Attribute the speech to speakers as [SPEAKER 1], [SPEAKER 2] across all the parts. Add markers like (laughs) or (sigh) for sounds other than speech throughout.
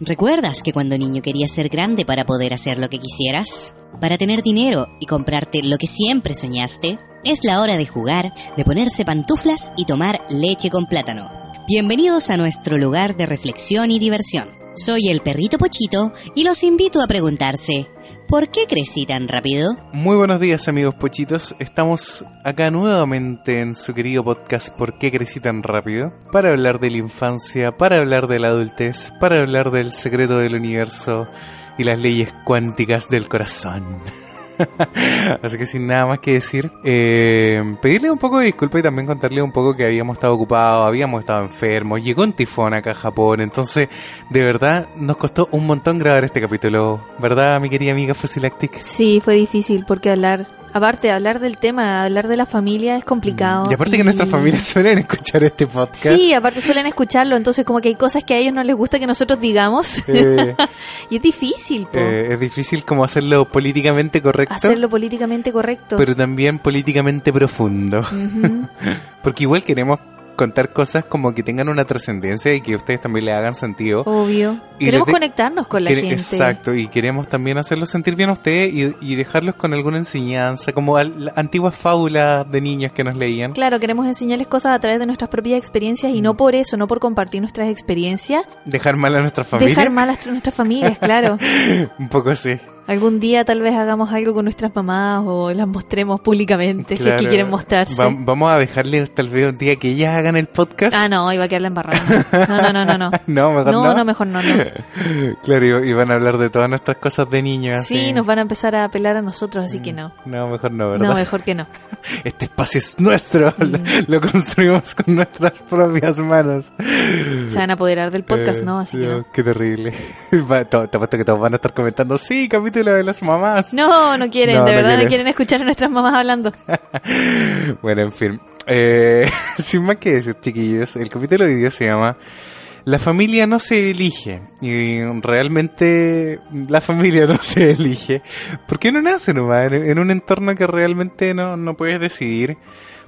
[SPEAKER 1] ¿Recuerdas que cuando niño querías ser grande para poder hacer lo que quisieras? Para tener dinero y comprarte lo que siempre soñaste? Es la hora de jugar, de ponerse pantuflas y tomar leche con plátano. Bienvenidos a nuestro lugar de reflexión y diversión. Soy el perrito Pochito y los invito a preguntarse, ¿por qué crecí tan rápido?
[SPEAKER 2] Muy buenos días amigos pochitos, estamos acá nuevamente en su querido podcast ¿Por qué crecí tan rápido? Para hablar de la infancia, para hablar de la adultez, para hablar del secreto del universo y las leyes cuánticas del corazón. (laughs) Así que sin nada más que decir, eh, pedirle un poco de disculpa y también contarle un poco que habíamos estado ocupados, habíamos estado enfermos, llegó un tifón acá a Japón, entonces de verdad nos costó un montón grabar este capítulo, ¿verdad mi querida amiga Fossilactic?
[SPEAKER 3] Sí, fue difícil porque hablar, aparte hablar del tema, hablar de la familia es complicado.
[SPEAKER 2] Y aparte que nuestras familias suelen escuchar este podcast.
[SPEAKER 3] Sí, aparte suelen escucharlo, entonces como que hay cosas que a ellos no les gusta que nosotros digamos. (laughs)
[SPEAKER 2] Eh,
[SPEAKER 3] y es difícil, po,
[SPEAKER 2] eh, es difícil como hacerlo políticamente correcto,
[SPEAKER 3] hacerlo políticamente correcto.
[SPEAKER 2] pero también políticamente profundo. (laughs)
[SPEAKER 3] Ujú.
[SPEAKER 2] Porque igual queremos contar cosas como que tengan una trascendencia y que ustedes también le hagan sentido.
[SPEAKER 3] Obvio.
[SPEAKER 2] Y
[SPEAKER 3] Queremos
[SPEAKER 2] desde-
[SPEAKER 3] conectarnos con la
[SPEAKER 2] Quere-
[SPEAKER 3] gente.
[SPEAKER 2] Exacto, y queremos también hacerlos sentir bien a ustedes y, y dejarlos con alguna enseñanza, como al- la- antiguas fábulas de niños que nos leían.
[SPEAKER 3] Claro, queremos enseñarles cosas a través de nuestras propias experiencias
[SPEAKER 2] Mm.
[SPEAKER 3] y no por eso, no por compartir nuestras experiencias,
[SPEAKER 2] Dejar mal a nuestra familia.
[SPEAKER 3] dejar mal a tr- nuestras familias, claro.
[SPEAKER 2] (laughs) Un poco así.
[SPEAKER 3] Algún día tal vez hagamos algo con nuestras mamás o las mostremos públicamente, si es que
[SPEAKER 2] Claro.
[SPEAKER 3] quieren mostrarse.
[SPEAKER 2] Va- vamos a dejarles tal vez un día que ellas hagan el podcast.
[SPEAKER 3] Ah, no, iba a quedar la embarrada. No, no,
[SPEAKER 2] (laughs)
[SPEAKER 3] no, no. No,
[SPEAKER 2] No, mejor no.
[SPEAKER 3] no, no, mejor no. no.
[SPEAKER 2] claro, y, y van a hablar de todas nuestras cosas de niños.
[SPEAKER 3] Sí, nos van a empezar a apelar a nosotros, así que no.
[SPEAKER 2] No, mejor no, Mm, ¿verdad?
[SPEAKER 3] No, mejor Mm. que no.
[SPEAKER 2] Este espacio es nuestro. Lo, lo construimos con nuestras propias manos.
[SPEAKER 3] Se van a
[SPEAKER 2] (laughs)
[SPEAKER 3] apoderar del
[SPEAKER 2] Eh,
[SPEAKER 3] podcast, ¿no? Así que no.
[SPEAKER 2] Qué terrible. (laughs) Va, to- Te apuesto que todos van a estar comentando, sí, capítulo de las mamás.
[SPEAKER 3] No, no quieren,
[SPEAKER 2] No,
[SPEAKER 3] de
[SPEAKER 2] no
[SPEAKER 3] verdad
[SPEAKER 2] quieren.
[SPEAKER 3] no quieren escuchar a nuestras
[SPEAKER 2] (laughs)
[SPEAKER 3] mamás hablando.
[SPEAKER 2] Bueno, en fin. Eh, (laughs) sin más que decir, chiquillos, el capítulo de hoy día se llama La familia no se elige. Y realmente la familia (laughs) no se elige. Porque no nace nomás en, en un entorno que realmente no, no puedes decidir.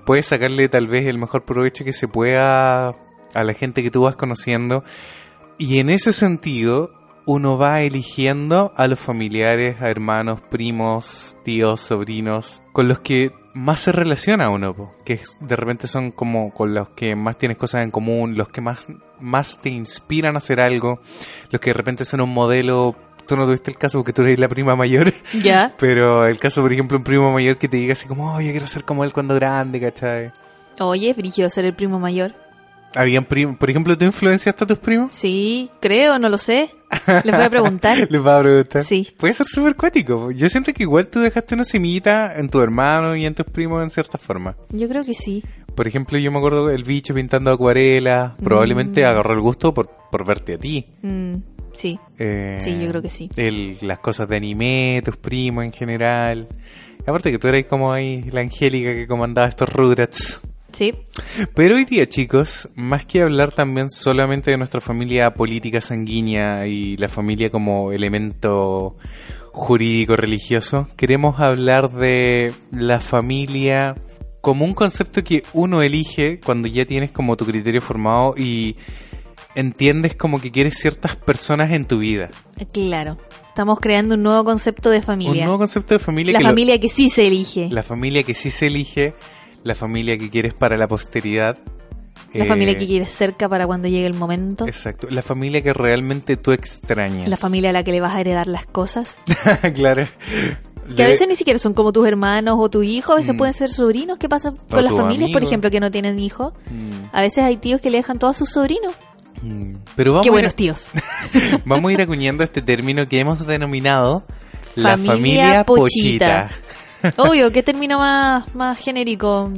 [SPEAKER 2] Puedes sacarle tal vez el mejor provecho que se pueda a la gente que tú vas conociendo. Y en ese sentido, uno va eligiendo a los familiares, a hermanos, primos, tíos, sobrinos, con los que más se relaciona uno, po, que es- de repente son como con los que más tienes cosas en común, los que más, más te inspiran a hacer algo, los que de repente son un modelo. Tú no tuviste el caso porque tú eres la prima mayor, (laughs)
[SPEAKER 3] Ya.
[SPEAKER 2] pero el caso, por ejemplo, un primo mayor que te diga así como, oye, quiero ser como él cuando grande, ¿cachai?
[SPEAKER 3] Oye, es brígido ser el primo mayor.
[SPEAKER 2] ¿Habían prim- por ejemplo, tú influenciaste a tus primos?
[SPEAKER 3] Sí, creo, no lo sé. Les voy a preguntar.
[SPEAKER 2] (laughs) Les va a preguntar.
[SPEAKER 3] Sí.
[SPEAKER 2] Puede ser súper cuático. Yo siento que igual tú dejaste una semillita en tu hermano y en tus primos en cierta forma.
[SPEAKER 3] Yo creo que sí.
[SPEAKER 2] Por ejemplo, yo me acuerdo el bicho pintando acuarelas. Probablemente agarró el gusto por, por verte a ti.
[SPEAKER 3] Mm, sí.
[SPEAKER 2] Eh,
[SPEAKER 3] Sí, yo creo que sí.
[SPEAKER 2] el- las cosas de anime, tus primos en general. Aparte que tú eras como ahí la Angélica que comandaba estos Rugrats.
[SPEAKER 3] Sí.
[SPEAKER 2] Pero hoy día, chicos, más que hablar también solamente de nuestra familia política sanguínea y la familia como elemento jurídico religioso, queremos hablar de la familia como un concepto que uno elige cuando ya tienes como tu criterio formado y entiendes como que quieres ciertas personas en tu vida.
[SPEAKER 3] Claro. Estamos creando un nuevo concepto de
[SPEAKER 2] Un
[SPEAKER 3] familia.
[SPEAKER 2] nuevo concepto de familia
[SPEAKER 3] la
[SPEAKER 2] que lo-
[SPEAKER 3] familia que sí se elige. La,
[SPEAKER 2] la familia que sí se elige, la familia que quieres para la posteridad. eh,
[SPEAKER 3] familia que quieres cerca para cuando llegue el momento.
[SPEAKER 2] Exacto, la familia que realmente tú extrañas.
[SPEAKER 3] La familia a la que le vas a heredar las cosas.
[SPEAKER 2] (laughs) claro.
[SPEAKER 3] Que a
[SPEAKER 2] De-
[SPEAKER 3] veces ni siquiera son como tus hermanos o tu hijo, a veces
[SPEAKER 2] Mm.
[SPEAKER 3] pueden ser sobrinos. ¿Qué pasa
[SPEAKER 2] O
[SPEAKER 3] con las
[SPEAKER 2] tu
[SPEAKER 3] familias, por
[SPEAKER 2] amigo.
[SPEAKER 3] ejemplo, que no tienen hijos?
[SPEAKER 2] Mm,
[SPEAKER 3] A veces hay tíos que le dejan todo a sus sobrinos.
[SPEAKER 2] mm. Pero vamos,
[SPEAKER 3] Qué
[SPEAKER 2] a
[SPEAKER 3] buenos
[SPEAKER 2] ir, (laughs)
[SPEAKER 3] tíos.
[SPEAKER 2] vamos a ir acuñando este término que hemos denominado la
[SPEAKER 3] Familia
[SPEAKER 2] familia pochita.
[SPEAKER 3] pochita. Obvio, qué término más, más genérico.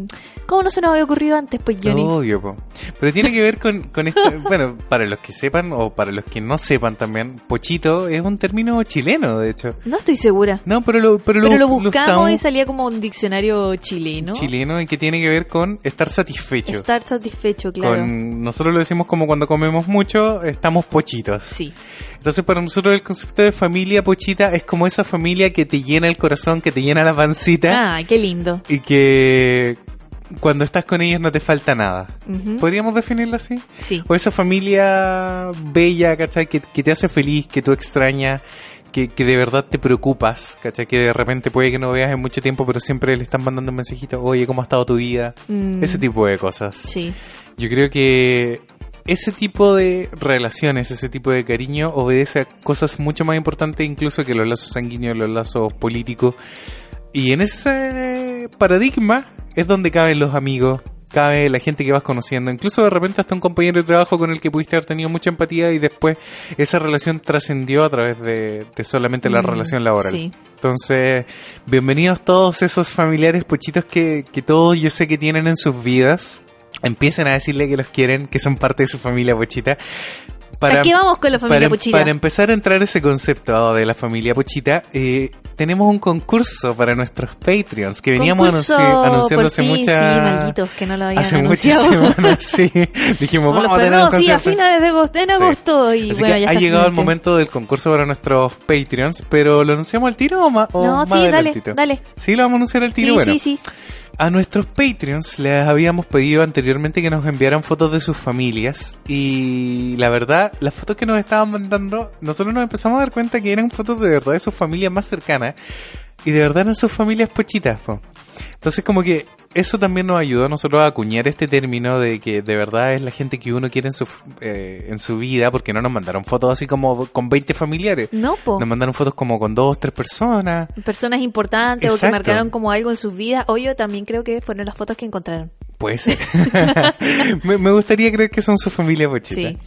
[SPEAKER 3] ¿Cómo no se nos había ocurrido antes, pues, Johnny?
[SPEAKER 2] Obvio, po. pero tiene que ver con, con
[SPEAKER 3] (laughs)
[SPEAKER 2] esto. Bueno, para los que sepan o para los que no sepan también, pochito es un término chileno, de hecho.
[SPEAKER 3] No estoy segura.
[SPEAKER 2] No, pero lo, pero lo,
[SPEAKER 3] Pero lo
[SPEAKER 2] estamos-
[SPEAKER 3] buscamos y salía como un diccionario chileno.
[SPEAKER 2] chileno y que tiene que ver con estar satisfecho.
[SPEAKER 3] Estar satisfecho, claro.
[SPEAKER 2] Con- nosotros lo decimos como cuando comemos mucho, estamos pochitos.
[SPEAKER 3] Sí.
[SPEAKER 2] Entonces para nosotros el concepto de familia pochita es como esa
[SPEAKER 3] Ah.
[SPEAKER 2] familia que te llena el corazón, que te llena la pancita
[SPEAKER 3] Ay, qué lindo.
[SPEAKER 2] y que cuando estás con ellos no te falta nada.
[SPEAKER 3] Ujú.
[SPEAKER 2] ¿Podríamos definirlo así?
[SPEAKER 3] Sí.
[SPEAKER 2] O esa familia bella, ¿cachai? Que, que te hace feliz, que tú extrañas, que, que de verdad te preocupas, ¿cachai? Que de repente puede que no veas en mucho tiempo, pero siempre le están mandando un mensajito, oye, ¿cómo ha estado tu vida?
[SPEAKER 3] Mm,
[SPEAKER 2] Ese tipo de cosas.
[SPEAKER 3] Sí.
[SPEAKER 2] Yo creo que ese tipo de relaciones, ese tipo de cariño obedece a cosas mucho más importantes incluso que los lazos sanguíneos, los lazos políticos. Y en ese paradigma es donde caben los amigos, cabe la gente que vas conociendo, incluso de repente hasta un compañero de trabajo con el que pudiste haber tenido mucha empatía y después esa relación trascendió a través de, de solamente la
[SPEAKER 3] Mm,
[SPEAKER 2] relación laboral.
[SPEAKER 3] sí.
[SPEAKER 2] Entonces, bienvenidos todos esos familiares pochitos que, que todos yo sé que tienen en sus vidas. Empiecen a decirle que los quieren, que son parte de su familia pochita.
[SPEAKER 3] Aquí vamos con la familia
[SPEAKER 2] para, em-
[SPEAKER 3] Puchila.
[SPEAKER 2] para empezar a entrar ese concepto de la familia pochita, eh, tenemos un concurso para nuestros Patreons que veníamos
[SPEAKER 3] Concurso,
[SPEAKER 2] anunci- anunciando
[SPEAKER 3] por
[SPEAKER 2] hace
[SPEAKER 3] fin,
[SPEAKER 2] mucha-
[SPEAKER 3] Sí, malditos, que no lo habían
[SPEAKER 2] hace muchas
[SPEAKER 3] anunciado. (laughs)
[SPEAKER 2] semanas, sí. Dijimos, (laughs)
[SPEAKER 3] Somos los
[SPEAKER 2] vamos a tener un
[SPEAKER 3] perros, sí, a
[SPEAKER 2] concierto.
[SPEAKER 3] finales de agosto, en
[SPEAKER 2] Sí.
[SPEAKER 3] agosto. Y
[SPEAKER 2] Así
[SPEAKER 3] bueno,
[SPEAKER 2] que
[SPEAKER 3] ya
[SPEAKER 2] ha
[SPEAKER 3] está
[SPEAKER 2] llegado el
[SPEAKER 3] suficiente.
[SPEAKER 2] momento del concurso para nuestros Patreons, pero ¿lo anunciamos al tiro o, ma- o
[SPEAKER 3] No,
[SPEAKER 2] más
[SPEAKER 3] sí, dale,
[SPEAKER 2] adelantito?
[SPEAKER 3] dale.
[SPEAKER 2] Sí, lo vamos a anunciar al tiro.
[SPEAKER 3] Sí,
[SPEAKER 2] bueno,
[SPEAKER 3] sí, sí.
[SPEAKER 2] a nuestros Patreons les habíamos pedido anteriormente que nos enviaran fotos de sus familias y la verdad, las fotos que nos estaban mandando, nosotros nos empezamos a dar cuenta que eran fotos de verdad de sus familias más cercanas y de verdad eran sus familias pochitas. po. Entonces como que eso también nos ayudó a nosotros a acuñar este término de que de verdad es la gente que uno quiere en su, eh, en su vida porque no nos mandaron fotos así como con 20 familiares.
[SPEAKER 3] No, po.
[SPEAKER 2] Nos mandaron fotos como con dos, tres personas.
[SPEAKER 3] Personas importantes o que
[SPEAKER 2] Exacto.
[SPEAKER 3] marcaron como algo en sus vidas. O yo también creo que fueron las fotos que encontraron.
[SPEAKER 2] Puede ser. (laughs) me, me gustaría creer que son su familia pochita.
[SPEAKER 3] Sí.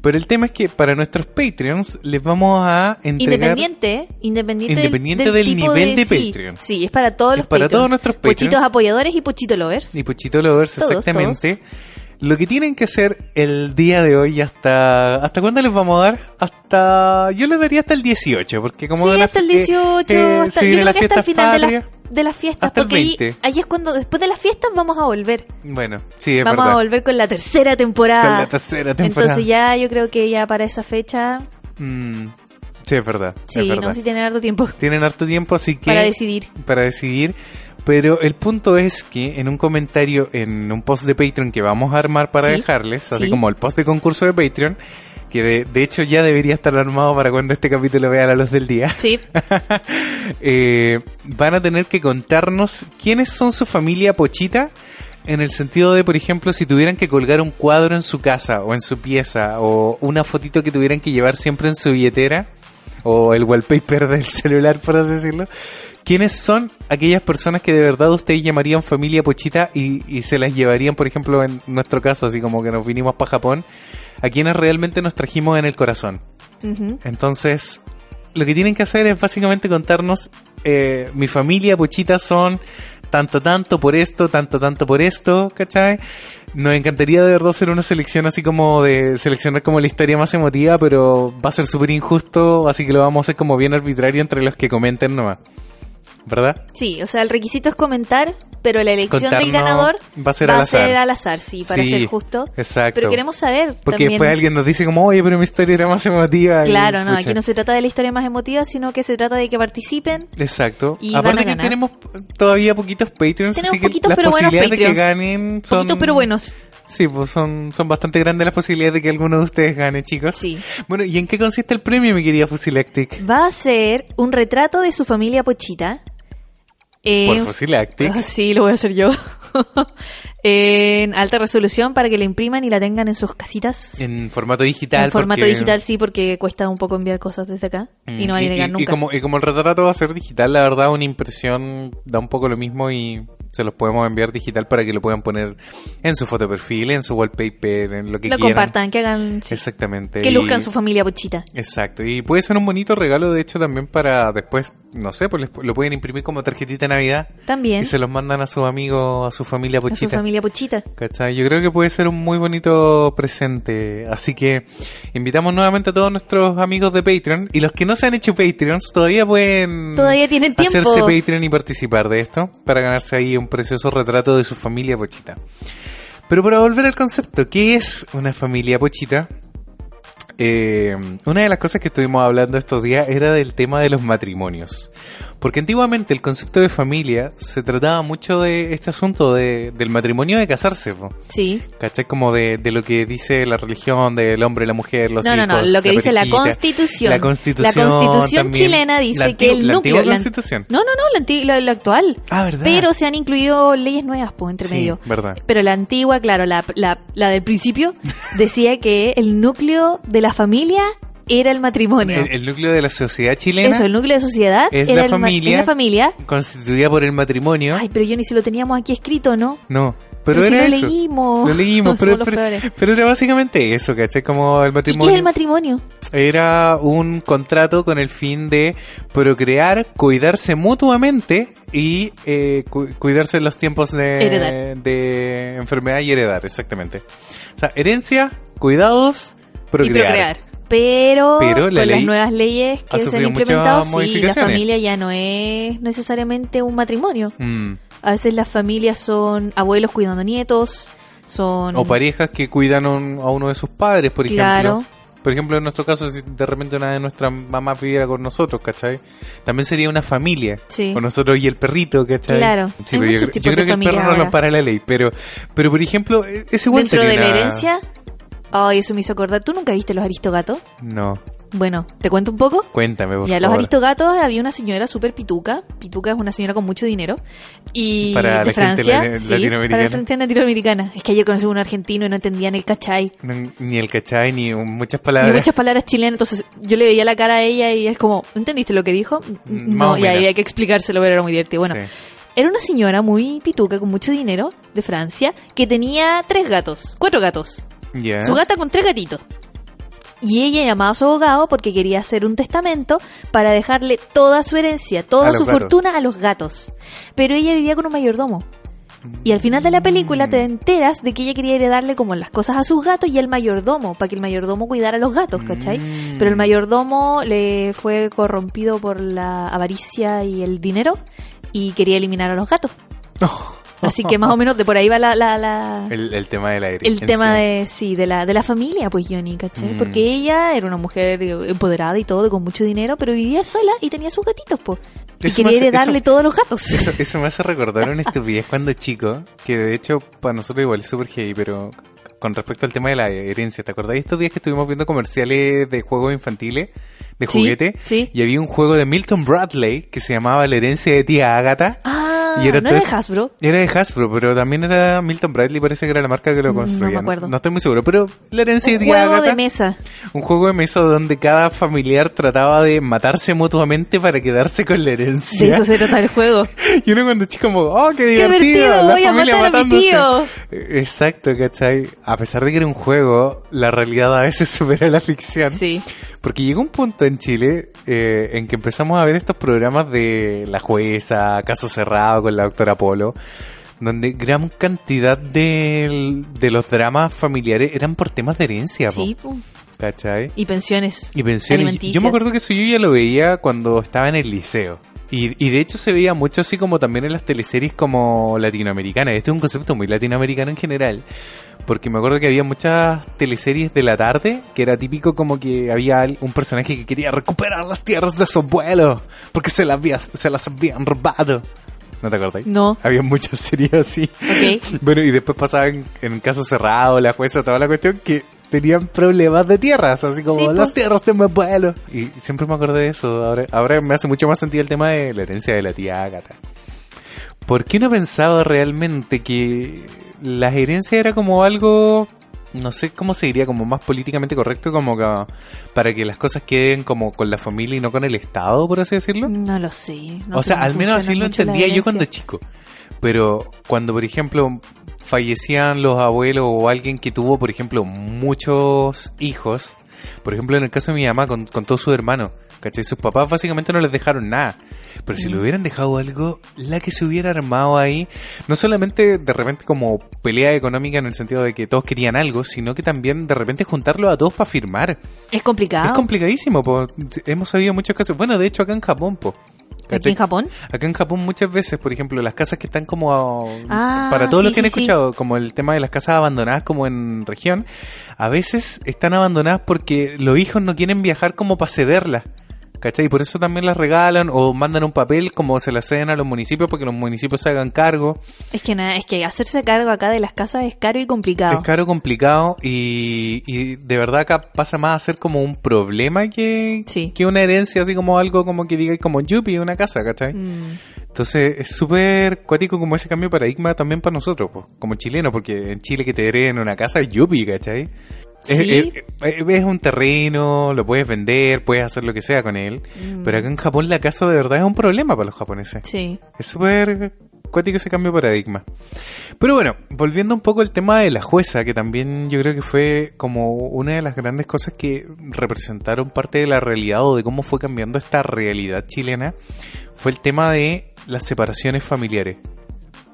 [SPEAKER 2] Pero el tema es que para nuestros Patreons les vamos a entregar.
[SPEAKER 3] Independiente, ¿eh? independiente, del-
[SPEAKER 2] Independiente
[SPEAKER 3] del,
[SPEAKER 2] del
[SPEAKER 3] tipo
[SPEAKER 2] nivel de
[SPEAKER 3] sí,
[SPEAKER 2] Patreon.
[SPEAKER 3] Sí, es para todos
[SPEAKER 2] Es
[SPEAKER 3] los
[SPEAKER 2] para
[SPEAKER 3] Patreons.
[SPEAKER 2] todos nuestros Patreons.
[SPEAKER 3] Pochitos apoyadores y pochito lovers.
[SPEAKER 2] Y Pochito Lovers,
[SPEAKER 3] Todos,
[SPEAKER 2] exactamente. Lo que tienen que hacer el día de hoy hasta... ¿Hasta cuándo les vamos a dar? Hasta... Yo les daría hasta el 18, porque como...
[SPEAKER 3] sí,
[SPEAKER 2] de la-
[SPEAKER 3] hasta el
[SPEAKER 2] eh,
[SPEAKER 3] 18,
[SPEAKER 2] eh,
[SPEAKER 3] hasta,
[SPEAKER 2] se vienen
[SPEAKER 3] yo creo
[SPEAKER 2] las
[SPEAKER 3] que hasta el
[SPEAKER 2] fiestas
[SPEAKER 3] final de, las-
[SPEAKER 2] patrias.
[SPEAKER 3] de las fiestas,
[SPEAKER 2] Hasta el
[SPEAKER 3] porque ahí,
[SPEAKER 2] 20.
[SPEAKER 3] ahí es cuando, después de las fiestas vamos a volver.
[SPEAKER 2] Bueno, sí, es
[SPEAKER 3] vamos
[SPEAKER 2] verdad.
[SPEAKER 3] a volver con la tercera temporada.
[SPEAKER 2] Con la tercera temporada.
[SPEAKER 3] Entonces ya yo creo que ya para esa fecha,
[SPEAKER 2] Mm, sí, es verdad. es
[SPEAKER 3] sí,
[SPEAKER 2] verdad.
[SPEAKER 3] no, si tienen harto tiempo
[SPEAKER 2] Tienen harto tiempo, así que...
[SPEAKER 3] para decidir.
[SPEAKER 2] para decidir. Pero el punto es que en un comentario, en un post de Patreon que vamos a armar para
[SPEAKER 3] Sí,
[SPEAKER 2] dejarles, así
[SPEAKER 3] sí.
[SPEAKER 2] como el post de concurso de Patreon, que de, de hecho ya debería estar armado para cuando este capítulo vea la luz del día, (laughs)
[SPEAKER 3] Sí,
[SPEAKER 2] eh, van a tener que contarnos quiénes son su familia pochita. En el sentido de, por ejemplo, si tuvieran que colgar un cuadro en su casa o en su pieza o una fotito que tuvieran que llevar siempre en su billetera o el wallpaper (laughs) del celular, por así decirlo, ¿Quiénes son aquellas personas que de verdad ustedes llamarían familia pochita y, y se las llevarían, por ejemplo, en nuestro caso, así como que nos vinimos para Japón? ¿A quienes realmente nos trajimos en el corazón?
[SPEAKER 3] Ujú.
[SPEAKER 2] Entonces, lo que tienen que hacer es básicamente contarnos, eh, mi familia pochita son tanto, tanto por esto, tanto, tanto por esto, ¿cachai? Nos encantaría de verdad hacer una selección así como de seleccionar como la historia más emotiva, pero va a ser súper injusto, así que lo vamos a hacer como bien arbitrario entre los que comenten nomás. ¿Verdad?
[SPEAKER 3] sí, o sea, el requisito es comentar, pero la elección del
[SPEAKER 2] Contarnos
[SPEAKER 3] ganador
[SPEAKER 2] va a ser al azar.
[SPEAKER 3] azar, sí, para
[SPEAKER 2] Sí,
[SPEAKER 3] ser justo.
[SPEAKER 2] Exacto.
[SPEAKER 3] Pero queremos saber
[SPEAKER 2] Porque
[SPEAKER 3] también.
[SPEAKER 2] después alguien nos dice como, oye, pero mi historia era más emotiva. y
[SPEAKER 3] Claro, no,
[SPEAKER 2] pucha.
[SPEAKER 3] aquí no se trata de la historia más emotiva, sino que se trata de que participen.
[SPEAKER 2] Exacto.
[SPEAKER 3] Y van a
[SPEAKER 2] Aparte que
[SPEAKER 3] ganar.
[SPEAKER 2] tenemos todavía poquitos Patreons,
[SPEAKER 3] Tenemos
[SPEAKER 2] así que
[SPEAKER 3] poquitos,
[SPEAKER 2] las
[SPEAKER 3] pero buenos
[SPEAKER 2] posibilidades de que
[SPEAKER 3] Patreons.
[SPEAKER 2] ganen son...
[SPEAKER 3] Poquitos pero buenos.
[SPEAKER 2] Sí, pues son, son bastante grandes las posibilidades de que alguno de ustedes gane, chicos.
[SPEAKER 3] Sí.
[SPEAKER 2] Bueno, ¿y en qué consiste el premio, mi querida Fusilactic?
[SPEAKER 3] Va a ser un retrato de su familia pochita. Eh,
[SPEAKER 2] Por Fusilactic.
[SPEAKER 3] ah, sí, lo voy a hacer yo. (laughs) en alta resolución para que la impriman y la tengan en sus casitas.
[SPEAKER 2] En formato digital.
[SPEAKER 3] En formato
[SPEAKER 2] porque-
[SPEAKER 3] digital sí, porque cuesta un poco enviar cosas desde acá
[SPEAKER 2] Mm,
[SPEAKER 3] y no van a llegar nunca.
[SPEAKER 2] Y como, y como el retrato va a ser digital, la verdad, una impresión da un poco lo mismo y se los podemos enviar digital para que lo puedan poner en su foto de perfil, en su wallpaper, en lo que
[SPEAKER 3] lo
[SPEAKER 2] quieran.
[SPEAKER 3] compartan, que hagan, sí,
[SPEAKER 2] Exactamente.
[SPEAKER 3] que
[SPEAKER 2] y-
[SPEAKER 3] luzcan su familia pochita.
[SPEAKER 2] Exacto, y puede ser un bonito regalo, de hecho, también para después, no sé, pues les- lo pueden imprimir como tarjetita de Navidad
[SPEAKER 3] También
[SPEAKER 2] y se los mandan a sus amigos, a su familia
[SPEAKER 3] a su
[SPEAKER 2] pochita.
[SPEAKER 3] familia pochita.
[SPEAKER 2] ¿Cachai? Yo creo que puede ser un muy bonito presente. Así que invitamos nuevamente a todos nuestros amigos de Patreon. Y los que no se han hecho Patreons todavía pueden
[SPEAKER 3] Todavía tienen tiempo.
[SPEAKER 2] Mm, hacerse Patreon y participar de esto para ganarse ahí un precioso retrato de su familia pochita. Pero para volver al concepto, ¿qué es una familia pochita? Eh, una de las cosas que estuvimos hablando estos días era del tema de los matrimonios. Porque antiguamente el concepto de familia se trataba mucho de este asunto de- del matrimonio de casarse, po.
[SPEAKER 3] Sí.
[SPEAKER 2] ¿cachai? Como de, de lo que dice la religión del hombre, la mujer, los
[SPEAKER 3] no, no, no,
[SPEAKER 2] hijos,
[SPEAKER 3] lo que dice la
[SPEAKER 2] parejita,
[SPEAKER 3] constitución.
[SPEAKER 2] La constitución.
[SPEAKER 3] La constitución
[SPEAKER 2] también.
[SPEAKER 3] chilena dice
[SPEAKER 2] La
[SPEAKER 3] que
[SPEAKER 2] antigua-
[SPEAKER 3] el
[SPEAKER 2] la
[SPEAKER 3] núcleo.
[SPEAKER 2] antigua
[SPEAKER 3] la-
[SPEAKER 2] constitución.
[SPEAKER 3] No, no, no, la, anti- la- la actual.
[SPEAKER 2] Ah, verdad.
[SPEAKER 3] Pero se han incluido leyes nuevas, pues, entre
[SPEAKER 2] Sí,
[SPEAKER 3] medio.
[SPEAKER 2] verdad.
[SPEAKER 3] Pero la antigua, claro, la, la- la
[SPEAKER 2] (laughs)
[SPEAKER 3] del principio, decía que el núcleo de la familia era el matrimonio.
[SPEAKER 2] El, el núcleo de la sociedad chilena
[SPEAKER 3] Eso, el núcleo de sociedad
[SPEAKER 2] Es
[SPEAKER 3] era
[SPEAKER 2] la
[SPEAKER 3] el ma-
[SPEAKER 2] familia.
[SPEAKER 3] es la familia.
[SPEAKER 2] constituida por el matrimonio.
[SPEAKER 3] Ay, pero yo ni si lo teníamos aquí escrito, ¿no?
[SPEAKER 2] no, pero,
[SPEAKER 3] pero si
[SPEAKER 2] era
[SPEAKER 3] lo
[SPEAKER 2] eso.
[SPEAKER 3] leímos.
[SPEAKER 2] Lo leímos, pero,
[SPEAKER 3] Somos los
[SPEAKER 2] pero-
[SPEAKER 3] peores.
[SPEAKER 2] pero era básicamente eso, ¿cachai? Como el
[SPEAKER 3] ¿Y qué
[SPEAKER 2] matrimonio.
[SPEAKER 3] es el matrimonio?
[SPEAKER 2] era un contrato con el fin de procrear, cuidarse mutuamente y eh, cu- cuidarse en los tiempos de,
[SPEAKER 3] Heredar.
[SPEAKER 2] de enfermedad y heredar, exactamente. O sea, herencia, cuidados, procrear.
[SPEAKER 3] Y procrear. Pero,
[SPEAKER 2] Pero la
[SPEAKER 3] con
[SPEAKER 2] ley
[SPEAKER 3] las nuevas leyes
[SPEAKER 2] ha
[SPEAKER 3] que se han
[SPEAKER 2] sufrido muchas
[SPEAKER 3] implementado, sí, la
[SPEAKER 2] modificaciones.
[SPEAKER 3] familia ya no es necesariamente un matrimonio.
[SPEAKER 2] Mm.
[SPEAKER 3] A veces las familias son abuelos cuidando nietos, son...
[SPEAKER 2] O parejas que cuidan un- a uno de sus padres, por
[SPEAKER 3] Claro.
[SPEAKER 2] ejemplo. Por ejemplo, en nuestro caso, si de repente una de nuestras mamás viviera con nosotros, ¿cachai? También sería una familia.
[SPEAKER 3] Sí.
[SPEAKER 2] Con nosotros y el perrito, ¿cachai?
[SPEAKER 3] Claro.
[SPEAKER 2] Sí,
[SPEAKER 3] Hay
[SPEAKER 2] pero yo,
[SPEAKER 3] muchos
[SPEAKER 2] yo
[SPEAKER 3] tipos de
[SPEAKER 2] creo que el
[SPEAKER 3] familia
[SPEAKER 2] perro no
[SPEAKER 3] ahora.
[SPEAKER 2] lo para la ley, pero, pero por ejemplo, e- es igual
[SPEAKER 3] Dentro
[SPEAKER 2] sería
[SPEAKER 3] de la
[SPEAKER 2] una-
[SPEAKER 3] herencia... Ay, eso me hizo acordar. ¿Tú nunca viste los aristogatos?
[SPEAKER 2] No,
[SPEAKER 3] Bueno, ¿te cuento un poco?
[SPEAKER 2] cuéntame, por
[SPEAKER 3] Ya, los
[SPEAKER 2] favor.
[SPEAKER 3] aristogatos había una señora súper pituca. Pituca es una señora con mucho dinero. Y
[SPEAKER 2] Para la
[SPEAKER 3] de
[SPEAKER 2] gente
[SPEAKER 3] Francia.
[SPEAKER 2] lati-
[SPEAKER 3] sí,
[SPEAKER 2] latinoamericana.
[SPEAKER 3] Para la gente latinoamericana. Es que ayer conocí a un argentino y no entendían el cachai.
[SPEAKER 2] No, Ni el cachai, ni un- muchas
[SPEAKER 3] Y
[SPEAKER 2] palabras.
[SPEAKER 3] muchas palabras chilenas, entonces yo le veía la cara a ella y es como, ¿entendiste lo que dijo?
[SPEAKER 2] Mm,
[SPEAKER 3] No,
[SPEAKER 2] más o
[SPEAKER 3] y ahí
[SPEAKER 2] menos.
[SPEAKER 3] había que explicárselo, pero era muy divertido. Bueno,
[SPEAKER 2] Sí.
[SPEAKER 3] era una señora muy pituca, con mucho dinero, de Francia, que tenía tres gatos, cuatro gatos.
[SPEAKER 2] Ya.
[SPEAKER 3] Su gata con tres gatitos. Y ella llamaba a su abogado porque quería hacer un testamento para dejarle toda su herencia,
[SPEAKER 2] A
[SPEAKER 3] toda
[SPEAKER 2] los
[SPEAKER 3] su
[SPEAKER 2] gatos.
[SPEAKER 3] fortuna a los gatos. Pero ella vivía con un mayordomo. Y al final de la película te enteras de que ella quería heredarle como las cosas a sus gatos y al mayordomo, para que el mayordomo cuidara a los gatos, ¿cachai?
[SPEAKER 2] Mm.
[SPEAKER 3] Pero el mayordomo le fue corrompido por la avaricia y el dinero y quería eliminar a los gatos. Así que más o menos de por ahí va la, la, la- el,
[SPEAKER 2] (laughs) El, el tema de la herencia.
[SPEAKER 3] tema de sí de la, de la familia, pues Johnny, ¿cachai?
[SPEAKER 2] Mm.
[SPEAKER 3] Porque ella era una mujer eh, empoderada y todo, con mucho dinero, pero vivía sola y tenía sus gatitos, pues. Y
[SPEAKER 2] Eso me
[SPEAKER 3] quería
[SPEAKER 2] hace-
[SPEAKER 3] heredarle
[SPEAKER 2] eso-
[SPEAKER 3] todos los gatos.
[SPEAKER 2] Eso, eso me hace recordar una estupidez cuando chico, que de hecho para nosotros igual es súper heavy, pero con respecto al tema de la herencia, ¿te acordás de estos días que estuvimos viendo comerciales de juegos infantiles, de
[SPEAKER 3] Sí,
[SPEAKER 2] juguete?
[SPEAKER 3] sí.
[SPEAKER 2] Y había un juego de Milton Bradley que se llamaba La herencia de tía Agatha.
[SPEAKER 3] (laughs) Ah,
[SPEAKER 2] Y era
[SPEAKER 3] no
[SPEAKER 2] todo-
[SPEAKER 3] era de Hasbro.
[SPEAKER 2] Era de Hasbro, pero también era Milton Bradley, parece que era la marca que lo
[SPEAKER 3] Mm, No me
[SPEAKER 2] construía.
[SPEAKER 3] acuerdo.
[SPEAKER 2] estoy muy seguro, pero La herencia
[SPEAKER 3] Un
[SPEAKER 2] de
[SPEAKER 3] juego
[SPEAKER 2] tía Agatha.
[SPEAKER 3] de mesa.
[SPEAKER 2] Un juego de mesa donde cada familiar trataba de matarse mutuamente para quedarse con la
[SPEAKER 3] De
[SPEAKER 2] herencia.
[SPEAKER 3] eso se trata
[SPEAKER 2] (laughs)
[SPEAKER 3] el juego.
[SPEAKER 2] Y uno cuando chico como, oh, qué
[SPEAKER 3] ¡Qué
[SPEAKER 2] ¿eh? divertido.
[SPEAKER 3] divertido!
[SPEAKER 2] la
[SPEAKER 3] Voy a
[SPEAKER 2] familia
[SPEAKER 3] matar a mi
[SPEAKER 2] matándose.
[SPEAKER 3] tío.
[SPEAKER 2] Eh, Exacto, ¿cachai? A pesar de que era un juego, la realidad a veces (laughs) supera la ficción.
[SPEAKER 3] Sí.
[SPEAKER 2] Porque llegó un punto en Chile eh, en que empezamos a ver estos programas de La Jueza, Caso Cerrado con la doctora Polo, donde gran cantidad de, de los dramas familiares eran por temas de herencia, po,
[SPEAKER 3] Sí, pum.
[SPEAKER 2] ¿cachai?
[SPEAKER 3] y pensiones.
[SPEAKER 2] Y pensiones.
[SPEAKER 3] Alimenticias.
[SPEAKER 2] Yo me acuerdo que eso yo ya lo veía cuando estaba en el liceo. Y, y de hecho se veía mucho así como también en las teleseries como latinoamericanas. Este es un concepto muy latinoamericano en general. Porque me acuerdo que había muchas teleseries de la tarde que era típico como que había al- un personaje que quería recuperar las tierras de su abuelo. Porque se las había, se las habían robado. ¿No te acordáis?
[SPEAKER 3] No.
[SPEAKER 2] Había muchas series así.
[SPEAKER 3] Ok.
[SPEAKER 2] (laughs) Bueno, y después pasaban en caso cerrado, la jueza, toda la cuestión, que tenían problemas de tierras, así como
[SPEAKER 3] Sí, pues.
[SPEAKER 2] las tierras de mi abuelo. Y siempre me acordé de eso. Ahora, ahora me hace mucho más sentido el tema de la herencia de la tía Agatha. ¿Por qué no pensaba realmente que la herencia era como algo, no sé cómo se diría, como más políticamente correcto, como que- para que las cosas queden como con la familia y no con el Estado, por así decirlo?
[SPEAKER 3] No lo sé. no
[SPEAKER 2] o
[SPEAKER 3] sé
[SPEAKER 2] sea,
[SPEAKER 3] cómo
[SPEAKER 2] al menos así
[SPEAKER 3] funciona
[SPEAKER 2] lo
[SPEAKER 3] mucho la
[SPEAKER 2] entendía yo
[SPEAKER 3] herencia.
[SPEAKER 2] cuando chico. Pero cuando, por ejemplo, fallecían los abuelos o alguien que tuvo, por ejemplo, muchos hijos, por ejemplo, en el caso de mi mamá con, con todos sus hermanos, ¿cachai? Sus papás básicamente no les dejaron nada. Pero
[SPEAKER 3] Mm.
[SPEAKER 2] si le hubieran dejado algo, la que se hubiera armado ahí, no solamente de repente como pelea económica en el sentido de que todos querían algo, sino que también de repente juntarlo a todos para firmar.
[SPEAKER 3] Es complicado.
[SPEAKER 2] Es complicadísimo, po. hemos sabido muchos casos. Bueno, de hecho acá en Japón, po.
[SPEAKER 3] Aquí en Japón.
[SPEAKER 2] Acá en Japón muchas veces, por ejemplo, las casas que están como...
[SPEAKER 3] Ah,
[SPEAKER 2] para todos los
[SPEAKER 3] sí,
[SPEAKER 2] que han
[SPEAKER 3] sí, sí.
[SPEAKER 2] escuchado, como el tema de las casas abandonadas como en región, a veces están abandonadas porque los hijos no quieren viajar como para cederlas. ¿Cachai? Y por eso también las regalan o mandan un papel como se las ceden a los municipios para que los municipios se hagan cargo.
[SPEAKER 3] Es que nada, es que hacerse cargo acá de las casas es caro y complicado.
[SPEAKER 2] Es caro, complicado y, y de verdad acá pasa más a ser como un problema que,
[SPEAKER 3] Sí.
[SPEAKER 2] que una herencia, así como algo como que diga como yupi, una casa, ¿cachai?
[SPEAKER 3] Mm.
[SPEAKER 2] Entonces es súper cuático como ese cambio de paradigma también para nosotros, pues, como chilenos, porque en Chile que te hereden una casa es yupi, ¿cachai? Es,
[SPEAKER 3] Sí.
[SPEAKER 2] es- es- es un terreno, lo puedes vender, puedes hacer lo que sea con él,
[SPEAKER 3] Mm.
[SPEAKER 2] pero acá en Japón la casa de verdad es un problema para los japoneses.
[SPEAKER 3] Sí.
[SPEAKER 2] Es súper cuático ese cambio de paradigma. Pero bueno, volviendo un poco al tema de la jueza, que también yo creo que fue como una de las grandes cosas que representaron parte de la realidad o de cómo fue cambiando esta realidad chilena, fue el tema de las separaciones familiares.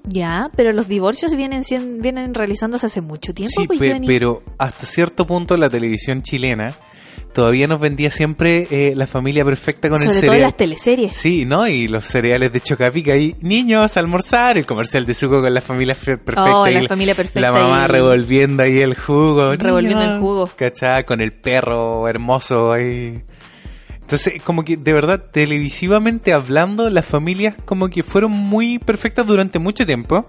[SPEAKER 3] Ya, pero los divorcios vienen sien- vienen realizándose hace mucho tiempo,
[SPEAKER 2] Sí,
[SPEAKER 3] pues,
[SPEAKER 2] pe-
[SPEAKER 3] Johnny.
[SPEAKER 2] pero hasta cierto punto la televisión chilena todavía nos vendía siempre eh, la familia perfecta con el
[SPEAKER 3] Sobre todo en
[SPEAKER 2] cereal.
[SPEAKER 3] las teleseries.
[SPEAKER 2] Sí, ¿no? Y los cereales de Chocapica y niños a almorzar, el comercial de Suco con la familia fe- perfecta.
[SPEAKER 3] Oh,
[SPEAKER 2] y
[SPEAKER 3] la familia perfecta
[SPEAKER 2] La mamá
[SPEAKER 3] y-
[SPEAKER 2] revolviendo ahí el jugo.
[SPEAKER 3] Revolviendo
[SPEAKER 2] niños,
[SPEAKER 3] el jugo.
[SPEAKER 2] ¿Cachá? Con el perro hermoso ahí. Entonces, como que de verdad, televisivamente hablando, las familias como que fueron muy perfectas durante mucho tiempo.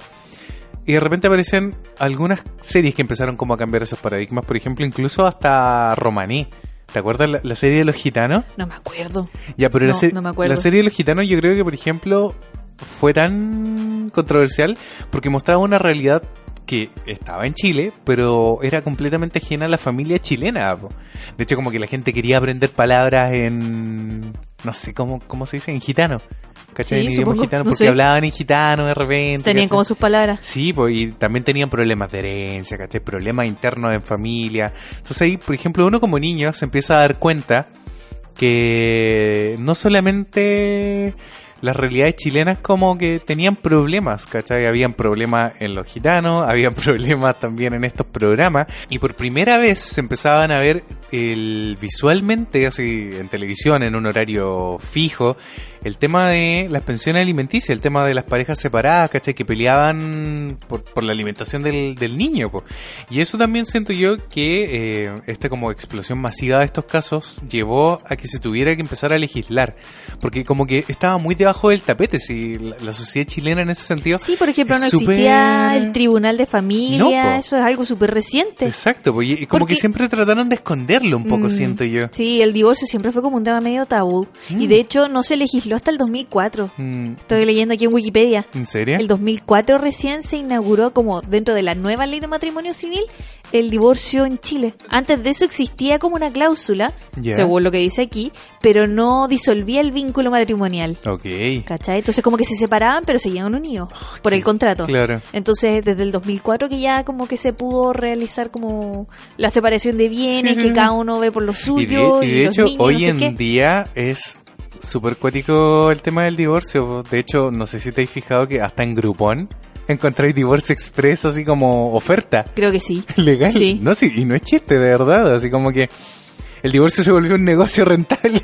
[SPEAKER 2] Y de repente aparecen algunas series que empezaron como a cambiar esos paradigmas. Por ejemplo, incluso hasta Romaní. ¿Te acuerdas la- la serie de los gitanos?
[SPEAKER 3] No me acuerdo.
[SPEAKER 2] Ya, pero la,
[SPEAKER 3] No,
[SPEAKER 2] se-
[SPEAKER 3] no me acuerdo.
[SPEAKER 2] la serie de los gitanos yo creo que, por ejemplo, fue tan controversial porque mostraba una realidad que estaba en Chile, pero era completamente ajena a la familia chilena. po. De hecho, como que la gente quería aprender palabras en... No sé, ¿cómo, cómo se dice? En gitano. ¿Cachai?
[SPEAKER 3] Sí,
[SPEAKER 2] en idioma
[SPEAKER 3] supongo,
[SPEAKER 2] gitano,
[SPEAKER 3] no
[SPEAKER 2] porque
[SPEAKER 3] sé.
[SPEAKER 2] hablaban en gitano de repente.
[SPEAKER 3] Tenían
[SPEAKER 2] ¿cachai?
[SPEAKER 3] como sus palabras.
[SPEAKER 2] Sí, pues, y también tenían problemas de herencia, ¿cachai? Problemas internos en familia. Entonces ahí, por ejemplo, uno como niño se empieza a dar cuenta que no solamente las realidades chilenas como que tenían problemas, ¿cachai? Habían problemas en los gitanos, (laughs) habían problemas también en estos programas. Y por primera vez se empezaban a ver el, visualmente, así en televisión, en un horario fijo, el tema de las pensiones alimenticias, el tema de las parejas separadas, ¿cachai? Que peleaban por, por la alimentación del, del niño, po. Y eso también siento yo que eh, esta como explosión masiva de estos casos llevó a que se tuviera que empezar a legislar. Porque como que estaba muy debajo del tapete, si la, la sociedad chilena en ese sentido...
[SPEAKER 3] Sí, por ejemplo,
[SPEAKER 2] Es
[SPEAKER 3] no
[SPEAKER 2] súper-
[SPEAKER 3] existía el tribunal de familia,
[SPEAKER 2] No, po.
[SPEAKER 3] eso es algo súper reciente.
[SPEAKER 2] Exacto, po, y, y como
[SPEAKER 3] Porque-
[SPEAKER 2] que siempre trataron de esconderlo un poco,
[SPEAKER 3] Mm,
[SPEAKER 2] siento yo.
[SPEAKER 3] Sí, el divorcio siempre fue como un tema medio tabú.
[SPEAKER 2] Mm.
[SPEAKER 3] Y de hecho no se legisló hasta el 2004.
[SPEAKER 2] Mm,
[SPEAKER 3] Estoy leyendo aquí en Wikipedia.
[SPEAKER 2] ¿En serio?
[SPEAKER 3] El 2004 recién se inauguró como dentro de la nueva ley de matrimonio civil el divorcio en Chile. Antes de eso existía como una cláusula,
[SPEAKER 2] Ya.
[SPEAKER 3] según lo que dice aquí, pero no disolvía el vínculo matrimonial.
[SPEAKER 2] Ok.
[SPEAKER 3] ¿Cachai? Entonces como que se separaban pero seguían unidos por el contrato.
[SPEAKER 2] Claro.
[SPEAKER 3] Entonces desde el 2004 que ya como que se pudo realizar como la separación de bienes,
[SPEAKER 2] Sí, sí,
[SPEAKER 3] que
[SPEAKER 2] sí.
[SPEAKER 3] cada uno ve por lo
[SPEAKER 2] Y de,
[SPEAKER 3] suyo.
[SPEAKER 2] y
[SPEAKER 3] Y,
[SPEAKER 2] de
[SPEAKER 3] los
[SPEAKER 2] hecho,
[SPEAKER 3] niños,
[SPEAKER 2] hoy
[SPEAKER 3] no sé
[SPEAKER 2] en
[SPEAKER 3] qué.
[SPEAKER 2] día es súper cuático el tema del divorcio. po. De hecho, no sé si te has fijado que hasta en Groupon encontráis divorcio expreso así como oferta (laughs)
[SPEAKER 3] Creo que sí.
[SPEAKER 2] legal.
[SPEAKER 3] Sí.
[SPEAKER 2] No, sí, y no es chiste, de verdad. Así como que el divorcio se volvió un negocio (laughs) rentable.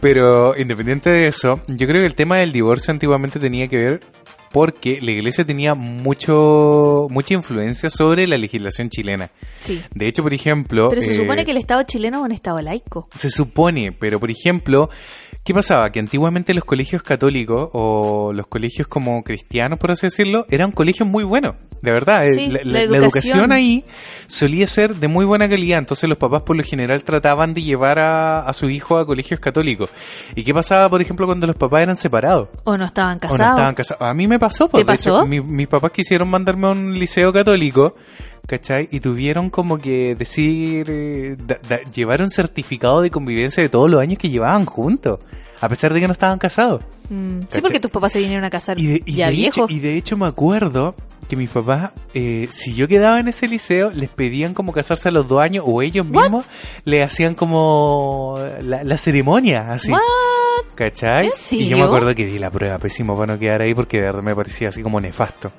[SPEAKER 2] Pero independiente de eso, yo creo que el tema del divorcio antiguamente tenía que ver porque la iglesia tenía mucho mucha influencia sobre la legislación chilena.
[SPEAKER 3] Sí.
[SPEAKER 2] De hecho, por ejemplo...
[SPEAKER 3] Pero se
[SPEAKER 2] eh,
[SPEAKER 3] supone que el Estado chileno es un Estado laico.
[SPEAKER 2] se supone, pero por ejemplo, ¿qué pasaba? Que antiguamente los colegios católicos o los colegios como cristianos, por así decirlo, eran colegios muy buenos, de verdad. eh,
[SPEAKER 3] Sí,
[SPEAKER 2] la,
[SPEAKER 3] la
[SPEAKER 2] la- la
[SPEAKER 3] educación.
[SPEAKER 2] educación ahí solía ser de muy buena calidad, entonces los papás por lo general trataban de llevar a, a su hijo a colegios católicos. ¿Y qué pasaba, por ejemplo, cuando los papás eran separados?
[SPEAKER 3] O no estaban
[SPEAKER 2] O no
[SPEAKER 3] casados.
[SPEAKER 2] estaban casados. A mí me pasó, pues,
[SPEAKER 3] ¿Te
[SPEAKER 2] de hecho,
[SPEAKER 3] pasó?
[SPEAKER 2] mi- mis papás quisieron mandarme a un liceo católico, ¿cachai? Y tuvieron como que decir, eh, da- da- llevar un certificado de convivencia de todos los años que llevaban juntos, a pesar de que no estaban casados.
[SPEAKER 3] Mm, Sí,
[SPEAKER 2] ¿Cachai?
[SPEAKER 3] porque tus papás se vinieron a casar
[SPEAKER 2] Y de, y
[SPEAKER 3] ya
[SPEAKER 2] de hecho,
[SPEAKER 3] viejos.
[SPEAKER 2] y de hecho me acuerdo que mis papás, eh, si yo quedaba en ese liceo, les pedían como casarse a los dos años o ellos mismos le hacían como la, la ceremonia, así.
[SPEAKER 3] What?
[SPEAKER 2] ¿Cachai?
[SPEAKER 3] ¿En
[SPEAKER 2] Y yo me
[SPEAKER 3] serio?
[SPEAKER 2] acuerdo que di la prueba pésimo para no quedar ahí porque de verdad me parecía así como nefasto.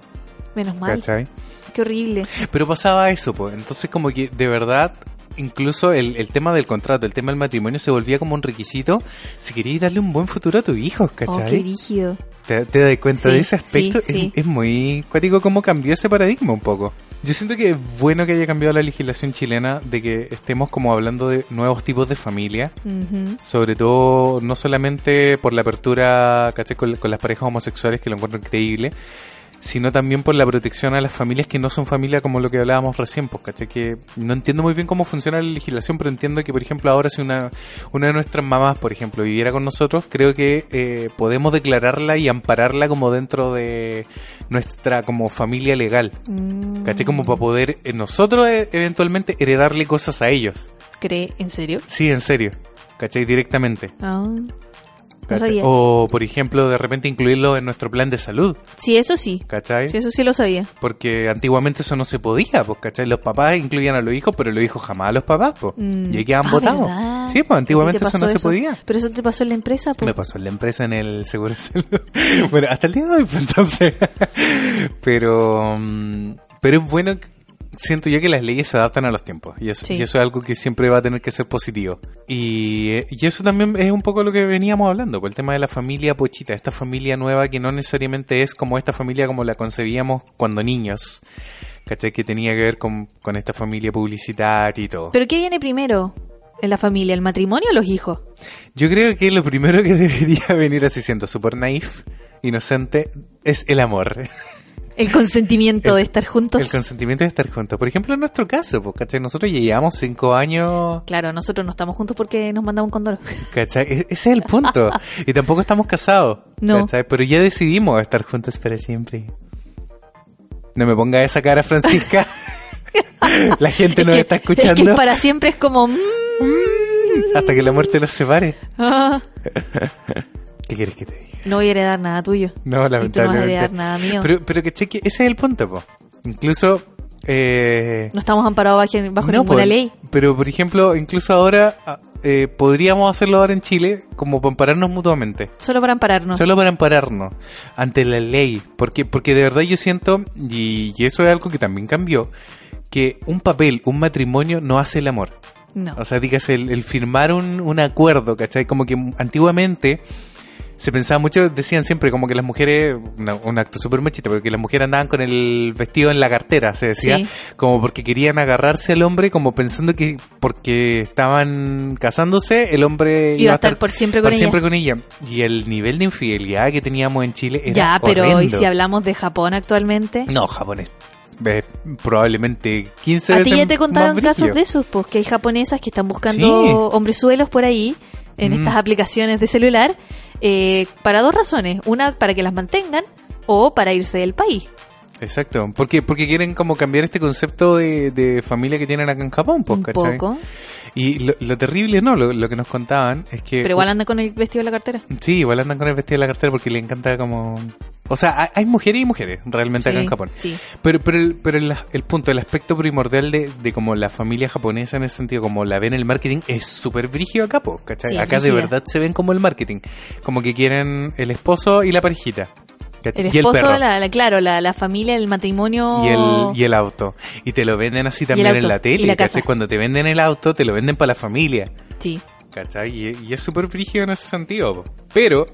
[SPEAKER 3] Menos mal.
[SPEAKER 2] ¿Cachai?
[SPEAKER 3] Qué horrible. Oh,
[SPEAKER 2] Pero pasaba eso, pues. Entonces, como que de verdad, incluso el, el tema del contrato, el tema del matrimonio se volvía como un requisito si querías darle un buen futuro a tus hijos,
[SPEAKER 3] Oh, qué
[SPEAKER 2] ¿cachai?
[SPEAKER 3] rígido.
[SPEAKER 2] ¿Te, te das cuenta
[SPEAKER 3] Sí,
[SPEAKER 2] de ese aspecto?
[SPEAKER 3] sí, sí.
[SPEAKER 2] Es, es muy cuático cómo cambió ese paradigma un poco. Yo siento que es bueno que haya cambiado la legislación chilena de que estemos como hablando de nuevos tipos de familia.
[SPEAKER 3] Ujú.
[SPEAKER 2] Sobre todo, no solamente por la apertura ¿cachai? Con, con las parejas homosexuales, que lo encuentro increíble, sino también por la protección a las familias que no son familia, como lo que hablábamos recién, pues, ¿cachai? Que no entiendo muy bien cómo funciona la legislación, pero entiendo que, por ejemplo, ahora si una, una de nuestras mamás, por ejemplo, viviera con nosotros, creo que eh, podemos declararla y ampararla como dentro de nuestra como familia legal,
[SPEAKER 3] Mm.
[SPEAKER 2] ¿cachai? Como para poder eh, nosotros eh, eventualmente heredarle cosas a ellos.
[SPEAKER 3] ¿Cree? ¿En serio?
[SPEAKER 2] Sí, en serio. ¿Cachai? Directamente.
[SPEAKER 3] Ah. No
[SPEAKER 2] ¿Cachai? Oh.
[SPEAKER 3] sabía.
[SPEAKER 2] O, por ejemplo, de repente incluirlo en nuestro plan de salud,
[SPEAKER 3] Sí, eso sí.
[SPEAKER 2] ¿cachai?
[SPEAKER 3] Sí, eso sí lo sabía.
[SPEAKER 2] Porque antiguamente eso no se podía, pues, ¿cachai? Los papás incluían a los hijos, pero los hijos jamás a los papás, pues.
[SPEAKER 3] Mm.
[SPEAKER 2] Y ahí quedaban
[SPEAKER 3] Ah,
[SPEAKER 2] votados.
[SPEAKER 3] ¿verdad?
[SPEAKER 2] Sí, pues, antiguamente
[SPEAKER 3] ¿Te
[SPEAKER 2] eso
[SPEAKER 3] pasó
[SPEAKER 2] no se podía.
[SPEAKER 3] Pero eso te pasó en la empresa, pues.
[SPEAKER 2] Me pasó en la empresa en el seguro de salud. (laughs) bueno, hasta el día de hoy, pues, entonces. pero, mm, pero es bueno, que- siento yo que las leyes se adaptan a los tiempos. Y eso,
[SPEAKER 3] Sí.
[SPEAKER 2] y eso es algo que siempre va a tener que ser positivo. Y, eh, y eso también es un poco lo que veníamos hablando, por el tema de la familia pochita, esta familia nueva que no necesariamente es como esta familia como la concebíamos cuando niños. ¿Cachai? Que tenía que ver con, con esta familia publicitaria y todo.
[SPEAKER 3] ¿Pero qué viene primero en la familia? ¿El matrimonio o los hijos?
[SPEAKER 2] Yo creo que lo primero que (laughs) debería venir así siendo super naif, inocente, es el amor.
[SPEAKER 3] El consentimiento
[SPEAKER 2] El-
[SPEAKER 3] de estar juntos.
[SPEAKER 2] el consentimiento de estar juntos. Por ejemplo, en nuestro caso, pues, ¿cachai? Nosotros ya llevamos cinco años,
[SPEAKER 3] Claro, nosotros no estamos juntos porque nos mandamos un condoro.
[SPEAKER 2] ¿cachai? E- Ese es el
[SPEAKER 3] (laughs)
[SPEAKER 2] punto. Y tampoco estamos casados,
[SPEAKER 3] No.
[SPEAKER 2] ¿cachai? Pero ya decidimos estar juntos para siempre. No me ponga esa cara,
[SPEAKER 3] (laughs)
[SPEAKER 2] Francisca. La gente nos
[SPEAKER 3] que-
[SPEAKER 2] está
[SPEAKER 3] que
[SPEAKER 2] escuchando
[SPEAKER 3] para siempre es como... mm,
[SPEAKER 2] hasta que la muerte los separe.
[SPEAKER 3] ah,
[SPEAKER 2] ¿Qué quieres que te diga?
[SPEAKER 3] no voy a heredar nada tuyo.
[SPEAKER 2] No,
[SPEAKER 3] Y tú no vas a
[SPEAKER 2] lamentablemente.
[SPEAKER 3] heredar nada mío.
[SPEAKER 2] Pero, pero que cheque, ese es el punto, po. Incluso. Eh,
[SPEAKER 3] No estamos amparados bajo, bajo
[SPEAKER 2] no,
[SPEAKER 3] ninguna
[SPEAKER 2] po.
[SPEAKER 3] ley.
[SPEAKER 2] Pero, por ejemplo, incluso ahora ah, eh, podríamos hacerlo ahora en Chile como para ampararnos mutuamente.
[SPEAKER 3] Solo para ampararnos.
[SPEAKER 2] Solo para ampararnos ante la ley. Porque, porque de verdad yo siento, y, y eso es algo que también cambió, que un papel, un matrimonio no hace el amor.
[SPEAKER 3] No.
[SPEAKER 2] O sea, digas, el, el firmar un, un acuerdo, ¿cachai? Como que antiguamente se pensaba mucho, decían siempre como que las mujeres, una- un acto súper machista, pero que las mujeres andaban con el vestido en la cartera, se decía,
[SPEAKER 3] Sí.
[SPEAKER 2] como porque querían agarrarse al hombre, como pensando que porque estaban casándose, el hombre
[SPEAKER 3] Iba a estar por siempre con
[SPEAKER 2] por
[SPEAKER 3] ella.
[SPEAKER 2] siempre con ella. Y el nivel de infidelidad que teníamos en Chile era
[SPEAKER 3] ya, pero ¿y
[SPEAKER 2] horrendo.
[SPEAKER 3] si hablamos de Japón actualmente?
[SPEAKER 2] No, japonés. Eh, probablemente 15
[SPEAKER 3] A
[SPEAKER 2] veces
[SPEAKER 3] ti ya te
[SPEAKER 2] más
[SPEAKER 3] contaron
[SPEAKER 2] brígido.
[SPEAKER 3] casos de esos, pues que hay japonesas que están buscando
[SPEAKER 2] Sí.
[SPEAKER 3] hombrezuelos por ahí en
[SPEAKER 2] Mm.
[SPEAKER 3] estas aplicaciones de celular eh, para dos razones. Una, para que las mantengan o para irse del país.
[SPEAKER 2] Exacto, porque porque quieren como cambiar este concepto de, de familia que tienen acá en Japón, pues,
[SPEAKER 3] un
[SPEAKER 2] ¿cachai?
[SPEAKER 3] poco.
[SPEAKER 2] Y lo, lo terrible, no, lo, lo que nos contaban es que...
[SPEAKER 3] Pero igual anda con el vestido en la cartera.
[SPEAKER 2] Sí, igual andan con el vestido de la cartera porque le encanta como... O sea, hay- hay mujeres y mujeres realmente acá
[SPEAKER 3] Sí,
[SPEAKER 2] en Japón.
[SPEAKER 3] Sí.
[SPEAKER 2] Pero, pero, el, pero el, el punto, el aspecto primordial de, de como la familia japonesa en ese sentido, como la ven el marketing, es súper brígido acá, po, ¿cachai?
[SPEAKER 3] Sí, es
[SPEAKER 2] acá de
[SPEAKER 3] brígida.
[SPEAKER 2] verdad se ven como el marketing. Como que quieren el esposo y la parejita. ¿cachai?
[SPEAKER 3] El
[SPEAKER 2] y el
[SPEAKER 3] esposo,
[SPEAKER 2] perro.
[SPEAKER 3] la, la- claro, la, la familia, el matrimonio.
[SPEAKER 2] y el, y el auto. Y te lo venden así también en
[SPEAKER 3] auto,
[SPEAKER 2] la tele.
[SPEAKER 3] Oh. y la
[SPEAKER 2] ¿cachai?
[SPEAKER 3] casa.
[SPEAKER 2] Cuando te venden el auto, te lo venden para la familia.
[SPEAKER 3] Sí.
[SPEAKER 2] ¿Cachai? Y, y es súper frígido en ese sentido. po. Pero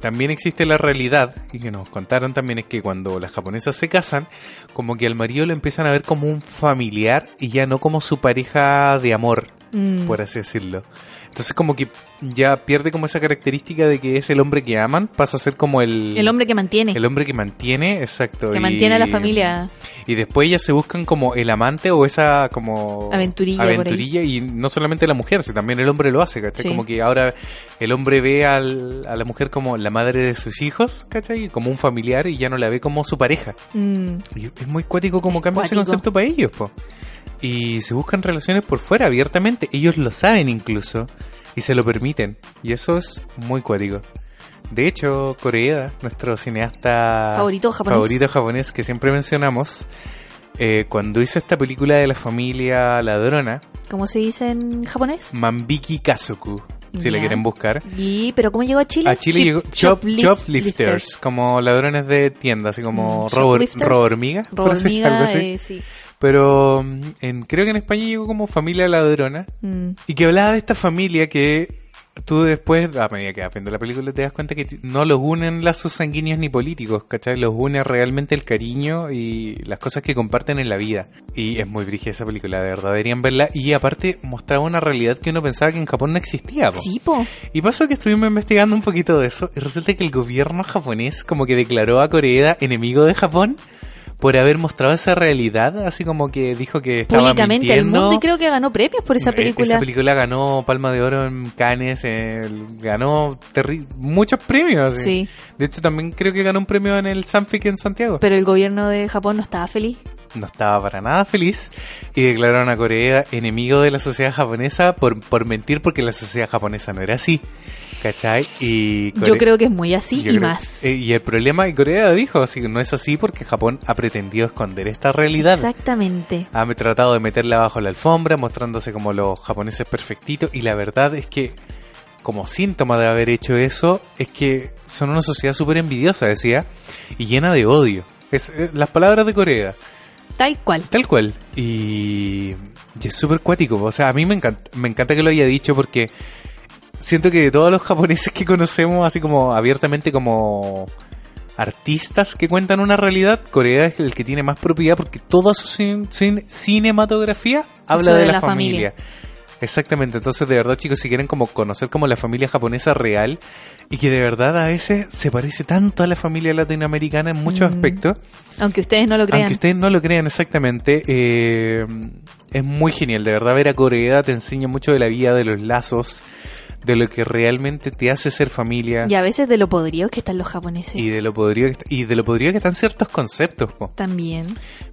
[SPEAKER 2] también existe la realidad, y que nos contaron también, es que cuando las japonesas se casan, como que al marido lo empiezan a ver como un familiar y ya no como su pareja de amor,
[SPEAKER 3] Mm.
[SPEAKER 2] por así decirlo. Entonces como que ya pierde como esa característica de que es el hombre que aman, pasa a ser como el...
[SPEAKER 3] El hombre que mantiene.
[SPEAKER 2] el hombre que mantiene, exacto.
[SPEAKER 3] que
[SPEAKER 2] y-
[SPEAKER 3] mantiene a la familia.
[SPEAKER 2] y después ellas se buscan como el amante o esa como
[SPEAKER 3] Aventurilla por ahí.
[SPEAKER 2] aventurilla y no solamente la mujer, sino también el hombre lo hace, ¿cachai?
[SPEAKER 3] Sí.
[SPEAKER 2] Como que ahora el hombre ve al- a la mujer como la madre de sus hijos, ¿cachai? Como un familiar y ya no la ve como su pareja.
[SPEAKER 3] Mm.
[SPEAKER 2] Y es muy cuático como cambia ese
[SPEAKER 3] cuático.
[SPEAKER 2] concepto para ellos, po. Y se buscan relaciones por fuera abiertamente, ellos lo saben incluso y se lo permiten. Y eso es muy cuático. De hecho, Koreeda, nuestro cineasta
[SPEAKER 3] Favorito japonés.
[SPEAKER 2] favorito japonés que siempre mencionamos, eh, cuando hizo esta película de la familia ladrona,
[SPEAKER 3] ¿Cómo se dice en japonés?
[SPEAKER 2] Mambiki Kazoku, si la
[SPEAKER 3] Ya.
[SPEAKER 2] quieren buscar,
[SPEAKER 3] Y, pero ¿cómo llegó a Chile?
[SPEAKER 2] Mm. a Chile
[SPEAKER 3] Chip-
[SPEAKER 2] llegó
[SPEAKER 3] Choplift-
[SPEAKER 2] Shoplifters, como ladrones de tienda, así como
[SPEAKER 3] Mm,
[SPEAKER 2] robo,
[SPEAKER 3] shoplifters.
[SPEAKER 2] robo hormiga,
[SPEAKER 3] Robo
[SPEAKER 2] parece,
[SPEAKER 3] hormiga,
[SPEAKER 2] (laughs) algo así.
[SPEAKER 3] eh, sí.
[SPEAKER 2] Pero mm, en- creo que en España llegó como familia ladrona
[SPEAKER 3] Mm,
[SPEAKER 2] y que hablaba de esta familia que tú después, a medida que vas viendo la película, te das cuenta que no los unen lazos sanguíneos ni políticos, ¿cachai? Los une realmente el cariño y las cosas que comparten en la vida. Y es muy brígida esa película, de verdad, deberían verla. Y aparte mostraba una realidad que uno pensaba que en Japón no existía. po.
[SPEAKER 3] Sí, po.
[SPEAKER 2] Y pasó que estuvimos investigando un poquito de eso y resulta que el gobierno japonés como que declaró a Corea enemigo de Japón por haber mostrado esa realidad, así como que dijo que estaba
[SPEAKER 3] Públicamente al
[SPEAKER 2] mintiendo.
[SPEAKER 3] mundo y creo que ganó premios por esa
[SPEAKER 2] Eh,
[SPEAKER 3] película.
[SPEAKER 2] Esa película ganó Palma de Oro en Cannes, el- ganó terri- muchos premios. así.
[SPEAKER 3] Sí,
[SPEAKER 2] De hecho, también creo que ganó un premio en el Sanfic en Santiago.
[SPEAKER 3] pero el gobierno de Japón no estaba feliz.
[SPEAKER 2] No estaba para nada feliz y declararon a Corea enemigo de la sociedad japonesa por, por mentir porque la sociedad japonesa no era así. ¿Cachai? Y
[SPEAKER 3] Yo
[SPEAKER 2] Core-
[SPEAKER 3] creo que es muy así
[SPEAKER 2] yo
[SPEAKER 3] y
[SPEAKER 2] creo-
[SPEAKER 3] más.
[SPEAKER 2] eh, y el problema, y Corea dijo, así que no es así porque Japón ha pretendido esconder esta realidad.
[SPEAKER 3] Exactamente.
[SPEAKER 2] Ha tratado de meterla bajo la alfombra, mostrándose como los japoneses perfectitos. Y la verdad es que, como síntoma de haber hecho eso, es que son una sociedad súper envidiosa, decía, y llena de odio. Es, eh, las palabras de Corea,
[SPEAKER 3] Tal cual.
[SPEAKER 2] tal cual. Y, y es súper cuático. O sea, a mí me, encanta me encanta que lo haya dicho porque siento que de todos los japoneses que conocemos, así como abiertamente como artistas que cuentan una realidad, Corea es el que tiene más propiedad porque toda su cin- cin- cinematografía habla
[SPEAKER 3] Sobre
[SPEAKER 2] de la,
[SPEAKER 3] la
[SPEAKER 2] familia.
[SPEAKER 3] familia.
[SPEAKER 2] Exactamente, entonces de verdad chicos, si quieren como conocer como la familia japonesa real y que de verdad a veces se parece tanto a la familia latinoamericana en muchos
[SPEAKER 3] Mm.
[SPEAKER 2] aspectos,
[SPEAKER 3] Aunque ustedes no lo crean.
[SPEAKER 2] aunque ustedes no lo crean exactamente, eh, es muy genial. De verdad, ver a Corea te enseña mucho de la vida, de los lazos, de lo que realmente te hace ser familia
[SPEAKER 3] Y a veces de lo podridos que están los japoneses.
[SPEAKER 2] y de lo podrido que, est- y de lo podrido que están ciertos conceptos. po.
[SPEAKER 3] También.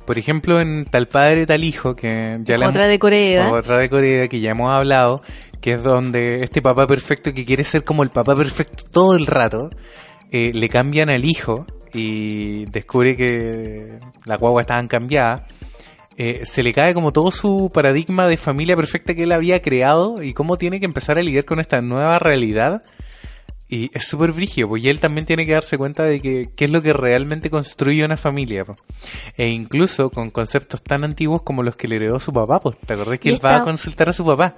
[SPEAKER 2] Por ejemplo, en Tal Padre, Tal Hijo, que ya la
[SPEAKER 3] Otra de Corea.
[SPEAKER 2] otra de Corea que ya hemos hablado, que es donde este papá perfecto que quiere ser como el papá perfecto todo el rato, eh, le cambian al hijo y descubre que la guagua estaban cambiada. eh, se le cae como todo su paradigma de familia perfecta que él había creado y cómo tiene que empezar a lidiar con esta nueva realidad. Y es súper brígido, pues y él también tiene que darse cuenta de que qué es lo que realmente construye una familia. po. E incluso con conceptos tan antiguos como los que le heredó su papá, pues te acordás que
[SPEAKER 3] Y
[SPEAKER 2] él va a
[SPEAKER 3] esta-
[SPEAKER 2] consultar a su papá.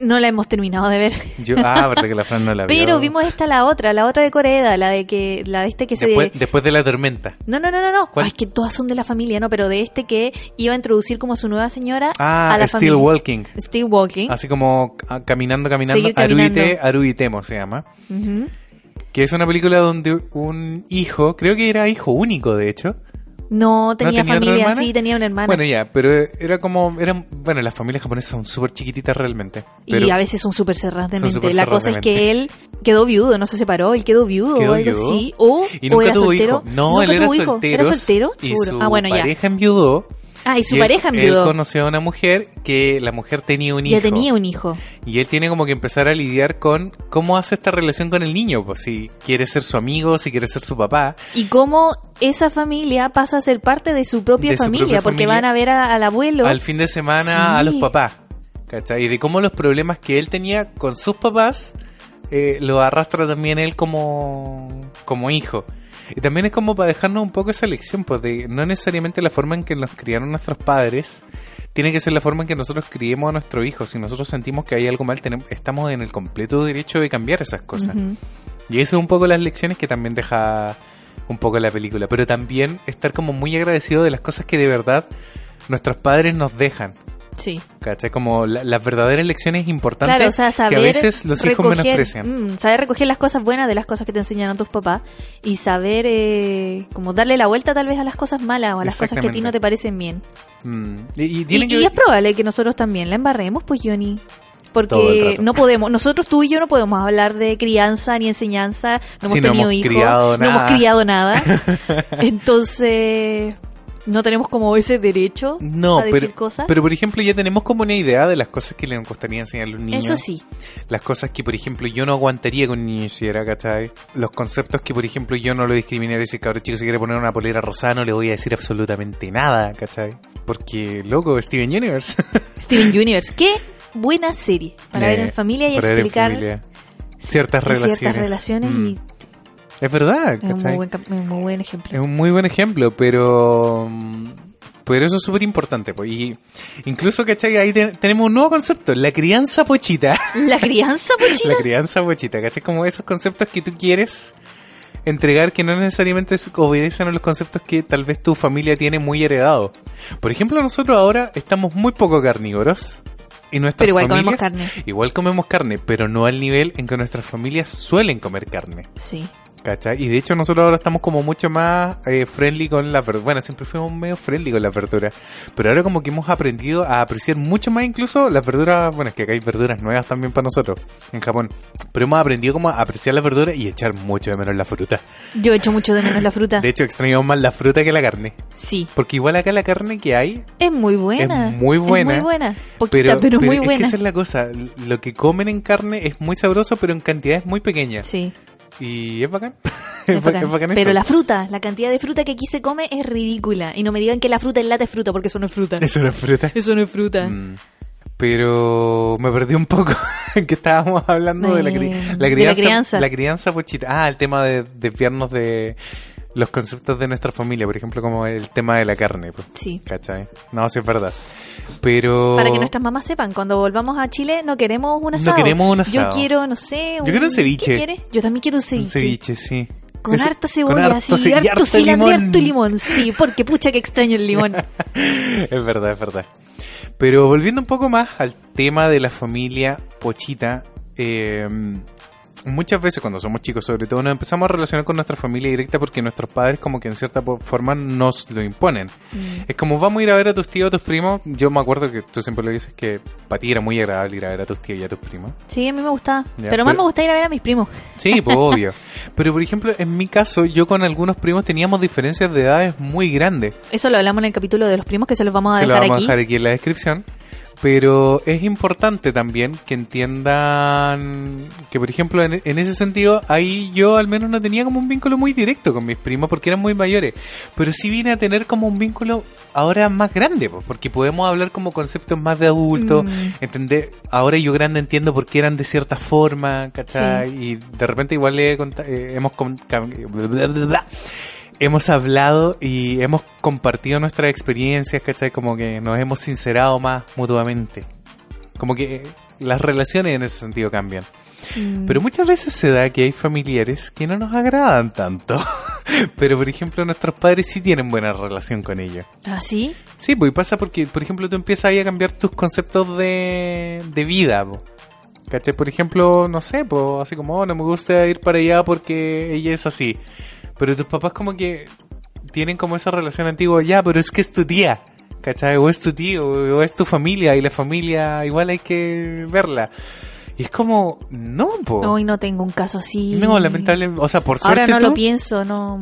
[SPEAKER 3] No la hemos terminado de ver.
[SPEAKER 2] Yo,
[SPEAKER 3] (laughs)
[SPEAKER 2] ah, verdad que la Fran no la vio.
[SPEAKER 3] Pero vimos esta la otra, la otra de Corea, la de que la de este que
[SPEAKER 2] después,
[SPEAKER 3] se
[SPEAKER 2] después de la tormenta.
[SPEAKER 3] No, no, no, no, no.
[SPEAKER 2] ¿Cuál?
[SPEAKER 3] Ay, que todas son de la familia, no, pero de este que iba a introducir como su nueva señora
[SPEAKER 2] Ah,
[SPEAKER 3] a la
[SPEAKER 2] Still
[SPEAKER 3] familia.
[SPEAKER 2] Walking.
[SPEAKER 3] Still Walking.
[SPEAKER 2] Así como ah, caminando, caminando,
[SPEAKER 3] Seguir caminando.
[SPEAKER 2] Aruite, Aruitemo se llama.
[SPEAKER 3] Ujú.
[SPEAKER 2] Que es una película donde un hijo, creo que era hijo único de hecho,
[SPEAKER 3] No
[SPEAKER 2] tenía
[SPEAKER 3] tenía,
[SPEAKER 2] otra
[SPEAKER 3] familia,
[SPEAKER 2] hermana?
[SPEAKER 3] sí, tenía una hermana.
[SPEAKER 2] Bueno, ya, pero eh, era como. Eran, bueno, las familias japonesas son súper chiquititas realmente. Pero
[SPEAKER 3] y a veces son súper cerradas de
[SPEAKER 2] Son
[SPEAKER 3] mente.
[SPEAKER 2] súper
[SPEAKER 3] la
[SPEAKER 2] cerradas
[SPEAKER 3] cosa
[SPEAKER 2] de
[SPEAKER 3] es que
[SPEAKER 2] mente.
[SPEAKER 3] él quedó viudo, no se separó, él quedó viudo
[SPEAKER 2] Quedó
[SPEAKER 3] o algo
[SPEAKER 2] viudo.
[SPEAKER 3] así. O,
[SPEAKER 2] y
[SPEAKER 3] o
[SPEAKER 2] nunca
[SPEAKER 3] era
[SPEAKER 2] tuvo
[SPEAKER 3] soltero.
[SPEAKER 2] hijo. No,
[SPEAKER 3] Nunca
[SPEAKER 2] él era
[SPEAKER 3] tuvo hijo.
[SPEAKER 2] soltero.
[SPEAKER 3] ¿Era soltero?
[SPEAKER 2] Y
[SPEAKER 3] Seguro.
[SPEAKER 2] su
[SPEAKER 3] Ah, bueno, ya.
[SPEAKER 2] pareja enviudó.
[SPEAKER 3] Ah, y su
[SPEAKER 2] y él-
[SPEAKER 3] pareja
[SPEAKER 2] Él
[SPEAKER 3] enviudó.
[SPEAKER 2] conoció a una mujer que la mujer tenía un hijo.
[SPEAKER 3] Ya tenía un hijo.
[SPEAKER 2] Y él tiene como que empezar a lidiar con cómo hace esta relación con el niño. Pues si quiere ser su amigo, si quiere ser su papá.
[SPEAKER 3] Y cómo esa familia pasa a ser parte de su propia
[SPEAKER 2] De su
[SPEAKER 3] familia,
[SPEAKER 2] propia
[SPEAKER 3] porque
[SPEAKER 2] familia.
[SPEAKER 3] van a ver a- al abuelo.
[SPEAKER 2] Al fin de semana a
[SPEAKER 3] Sí.
[SPEAKER 2] los papás. ¿Cachai? Y de cómo los problemas que él tenía con sus papás eh, lo arrastra también él como, como hijo. Y también es como para dejarnos un poco esa lección, pues de no necesariamente la forma en que nos criaron nuestros padres tiene que ser la forma en que nosotros criemos a nuestro hijo. Si nosotros sentimos que hay algo mal, tenem- estamos en el completo derecho de cambiar esas cosas.
[SPEAKER 3] Ujú.
[SPEAKER 2] Y eso es un poco las lecciones que también deja un poco la película. Pero también estar como muy agradecido de las cosas que de verdad nuestros padres nos dejan.
[SPEAKER 3] Sí.
[SPEAKER 2] ¿Cachai? Como la- las verdaderas lecciones importantes
[SPEAKER 3] Claro, o sea,
[SPEAKER 2] que
[SPEAKER 3] saber
[SPEAKER 2] a veces los hijos
[SPEAKER 3] recoger,
[SPEAKER 2] menosprecian.
[SPEAKER 3] mm, saber recoger las cosas buenas de las cosas que te enseñaron tus papás y saber eh, como darle la vuelta tal vez a las cosas malas o a las cosas que a ti no
[SPEAKER 2] Exactamente.
[SPEAKER 3] te parecen bien.
[SPEAKER 2] Mm. Y, y
[SPEAKER 3] Y,
[SPEAKER 2] tiene
[SPEAKER 3] y
[SPEAKER 2] que-
[SPEAKER 3] es probable que nosotros también la embarremos, pues Johnny.
[SPEAKER 2] Todo el
[SPEAKER 3] Porque
[SPEAKER 2] rato.
[SPEAKER 3] no podemos, nosotros tú y yo no podemos hablar de crianza ni enseñanza, no hemos
[SPEAKER 2] Sí, no
[SPEAKER 3] tenido
[SPEAKER 2] hemos
[SPEAKER 3] hijos,
[SPEAKER 2] criado
[SPEAKER 3] no hemos
[SPEAKER 2] nada.
[SPEAKER 3] criado nada.
[SPEAKER 2] (laughs)
[SPEAKER 3] Entonces, no tenemos como ese derecho
[SPEAKER 2] no,
[SPEAKER 3] a decir
[SPEAKER 2] pero,
[SPEAKER 3] cosas.
[SPEAKER 2] pero por ejemplo ya tenemos como una idea de las cosas que les gustaría enseñar a los niños.
[SPEAKER 3] Eso sí,
[SPEAKER 2] Las cosas que, por ejemplo, yo no aguantaría con niño hiciera, ¿cachai? Los conceptos que, por ejemplo, yo no lo discriminaría. Si el cabrón chico se quiere poner una polera rosada, no le voy a decir absolutamente nada, ¿cachai? Porque, loco, Steven Universe.
[SPEAKER 3] Steven Universe. Qué buena serie para ver en familia (laughs) y
[SPEAKER 2] Para ver en
[SPEAKER 3] explicar
[SPEAKER 2] familia. Ciertas
[SPEAKER 3] en
[SPEAKER 2] relaciones.
[SPEAKER 3] ciertas relaciones
[SPEAKER 2] Mm.
[SPEAKER 3] y
[SPEAKER 2] Es verdad,
[SPEAKER 3] es un muy
[SPEAKER 2] ¿cachai?
[SPEAKER 3] buen, cap- un muy buen ejemplo.
[SPEAKER 2] Es un muy buen ejemplo, pero. mm, Pero eso es súper importante. Pues. Y incluso, ¿cachai? Ahí te- tenemos un nuevo concepto, la crianza pochita.
[SPEAKER 3] La crianza pues,
[SPEAKER 2] La
[SPEAKER 3] pochita.
[SPEAKER 2] crianza pochita, ¿cachai? Como esos conceptos que tú quieres entregar que no necesariamente es- obedecen a los conceptos que tal vez tu familia tiene muy heredado. Por ejemplo, nosotros ahora estamos muy poco carnívoros. Y nuestras
[SPEAKER 3] Pero igual
[SPEAKER 2] familias-
[SPEAKER 3] comemos carne.
[SPEAKER 2] Igual comemos carne, pero no al nivel en que nuestras familias suelen comer carne.
[SPEAKER 3] Sí.
[SPEAKER 2] ¿Cachai? Y de hecho nosotros ahora estamos como mucho más eh, friendly con la verdura. Bueno, siempre fuimos medio friendly con la verdura. Pero ahora como que hemos aprendido a apreciar mucho más incluso las verduras. Bueno, es que acá hay verduras nuevas también para nosotros en Japón. Pero hemos aprendido como a apreciar las verduras y echar mucho de menos la fruta.
[SPEAKER 3] Yo echo mucho de menos la fruta.
[SPEAKER 2] De hecho extrañamos más la fruta que la carne.
[SPEAKER 3] Sí.
[SPEAKER 2] Porque igual acá la carne que hay...
[SPEAKER 3] Es muy buena.
[SPEAKER 2] Es muy buena.
[SPEAKER 3] Es muy buena. Poquita, pero, muy
[SPEAKER 2] es que
[SPEAKER 3] buena.
[SPEAKER 2] esa es la cosa. Lo que comen en carne es muy sabroso, pero en cantidades muy pequeñas.
[SPEAKER 3] Sí.
[SPEAKER 2] Y (laughs) es bacán. (laughs)
[SPEAKER 3] es
[SPEAKER 2] ba-
[SPEAKER 3] bacán.
[SPEAKER 2] bacán
[SPEAKER 3] Pero
[SPEAKER 2] eso.
[SPEAKER 3] la fruta, la cantidad de fruta que aquí se come es ridícula. Y no me digan que la fruta en lata es fruta, porque eso no es fruta.
[SPEAKER 2] (laughs) Es una fruta.
[SPEAKER 3] Eso no es fruta.
[SPEAKER 2] Mm. Pero me perdí un poco (laughs) en que estábamos hablando de la, cri-
[SPEAKER 3] Eh,
[SPEAKER 2] la
[SPEAKER 3] de la
[SPEAKER 2] crianza.
[SPEAKER 3] crianza.
[SPEAKER 2] la crianza pochita. Ah, el tema de desviarnos de los conceptos de nuestra familia, por ejemplo, como el tema de la carne. pues.
[SPEAKER 3] Sí.
[SPEAKER 2] ¿Cachai? No, sí es verdad. Pero...
[SPEAKER 3] Para que nuestras mamás sepan, cuando volvamos a Chile no queremos un
[SPEAKER 2] No
[SPEAKER 3] asado.
[SPEAKER 2] queremos un asado.
[SPEAKER 3] Yo quiero, no sé,
[SPEAKER 2] Yo quiero un ceviche.
[SPEAKER 3] ¿Qué quieres? Yo también quiero un ceviche.
[SPEAKER 2] Un ceviche, sí.
[SPEAKER 3] Con
[SPEAKER 2] Ese-
[SPEAKER 3] harta cebolla,
[SPEAKER 2] con harto
[SPEAKER 3] sí,
[SPEAKER 2] ce- y
[SPEAKER 3] harto,
[SPEAKER 2] harto
[SPEAKER 3] cilantro y
[SPEAKER 2] limón.
[SPEAKER 3] harto limón, sí, porque pucha que extraño el limón.
[SPEAKER 2] (laughs) es verdad, es verdad. Pero volviendo un poco más al tema de la familia pochita, eh, muchas veces cuando somos chicos, sobre todo, nos empezamos a relacionar con nuestra familia directa porque nuestros padres, como que en cierta po- forma, nos lo imponen. Es como vamos a ir a ver a tus tíos, a tus primos. Yo me acuerdo que tú siempre lo dices que para ti era muy agradable ir a ver a tus tíos y a tus primos.
[SPEAKER 3] Sí, a mí me gustaba.
[SPEAKER 2] Ya,
[SPEAKER 3] pero más
[SPEAKER 2] pero-
[SPEAKER 3] me gusta ir a ver a mis primos.
[SPEAKER 2] Sí, pues obvio. Pero por ejemplo, en mi caso, yo con algunos primos teníamos diferencias de edades muy grandes.
[SPEAKER 3] Eso lo hablamos en el capítulo de los primos que se los vamos a
[SPEAKER 2] se lo
[SPEAKER 3] dejar
[SPEAKER 2] vamos a
[SPEAKER 3] aquí.
[SPEAKER 2] dejar aquí en la descripción. Pero es importante también que entiendan que, por ejemplo, en, en ese sentido, ahí yo al menos no tenía como un vínculo muy directo con mis primos porque eran muy mayores. Pero sí vine a tener como un vínculo ahora más grande, pues, porque podemos hablar como conceptos más de adulto.
[SPEAKER 3] Mm.
[SPEAKER 2] Entender, ahora yo grande entiendo por qué eran de cierta forma, ¿cachai? Y de repente igual le he conta- eh, hemos con- cam- hemos hablado y hemos compartido nuestras experiencias, ¿cachai? Como que nos hemos sincerado más mutuamente. Como que eh, las relaciones en ese sentido cambian.
[SPEAKER 3] Mm.
[SPEAKER 2] Pero muchas veces se da que hay familiares que no nos agradan tanto. (laughs) Pero, por ejemplo, nuestros padres sí tienen buena relación con ellos.
[SPEAKER 3] ¿Ah, sí?
[SPEAKER 2] Sí, pues y pasa porque, por ejemplo, tú empiezas ahí a cambiar tus conceptos de, de vida, po. ¿cachai? Por ejemplo, no sé, pues así como, "Oh, no me gusta ir para allá porque ella es así. Pero tus papás como que tienen como esa relación antigua, ya, pero es que es tu tía, ¿cachai? O es tu tío, o es tu familia, y la familia igual hay que verla. Y es como, no, po.
[SPEAKER 3] Hoy no tengo un caso así.
[SPEAKER 2] No, lamentable, o sea, por suerte
[SPEAKER 3] Ahora no
[SPEAKER 2] tú-
[SPEAKER 3] lo pienso, no.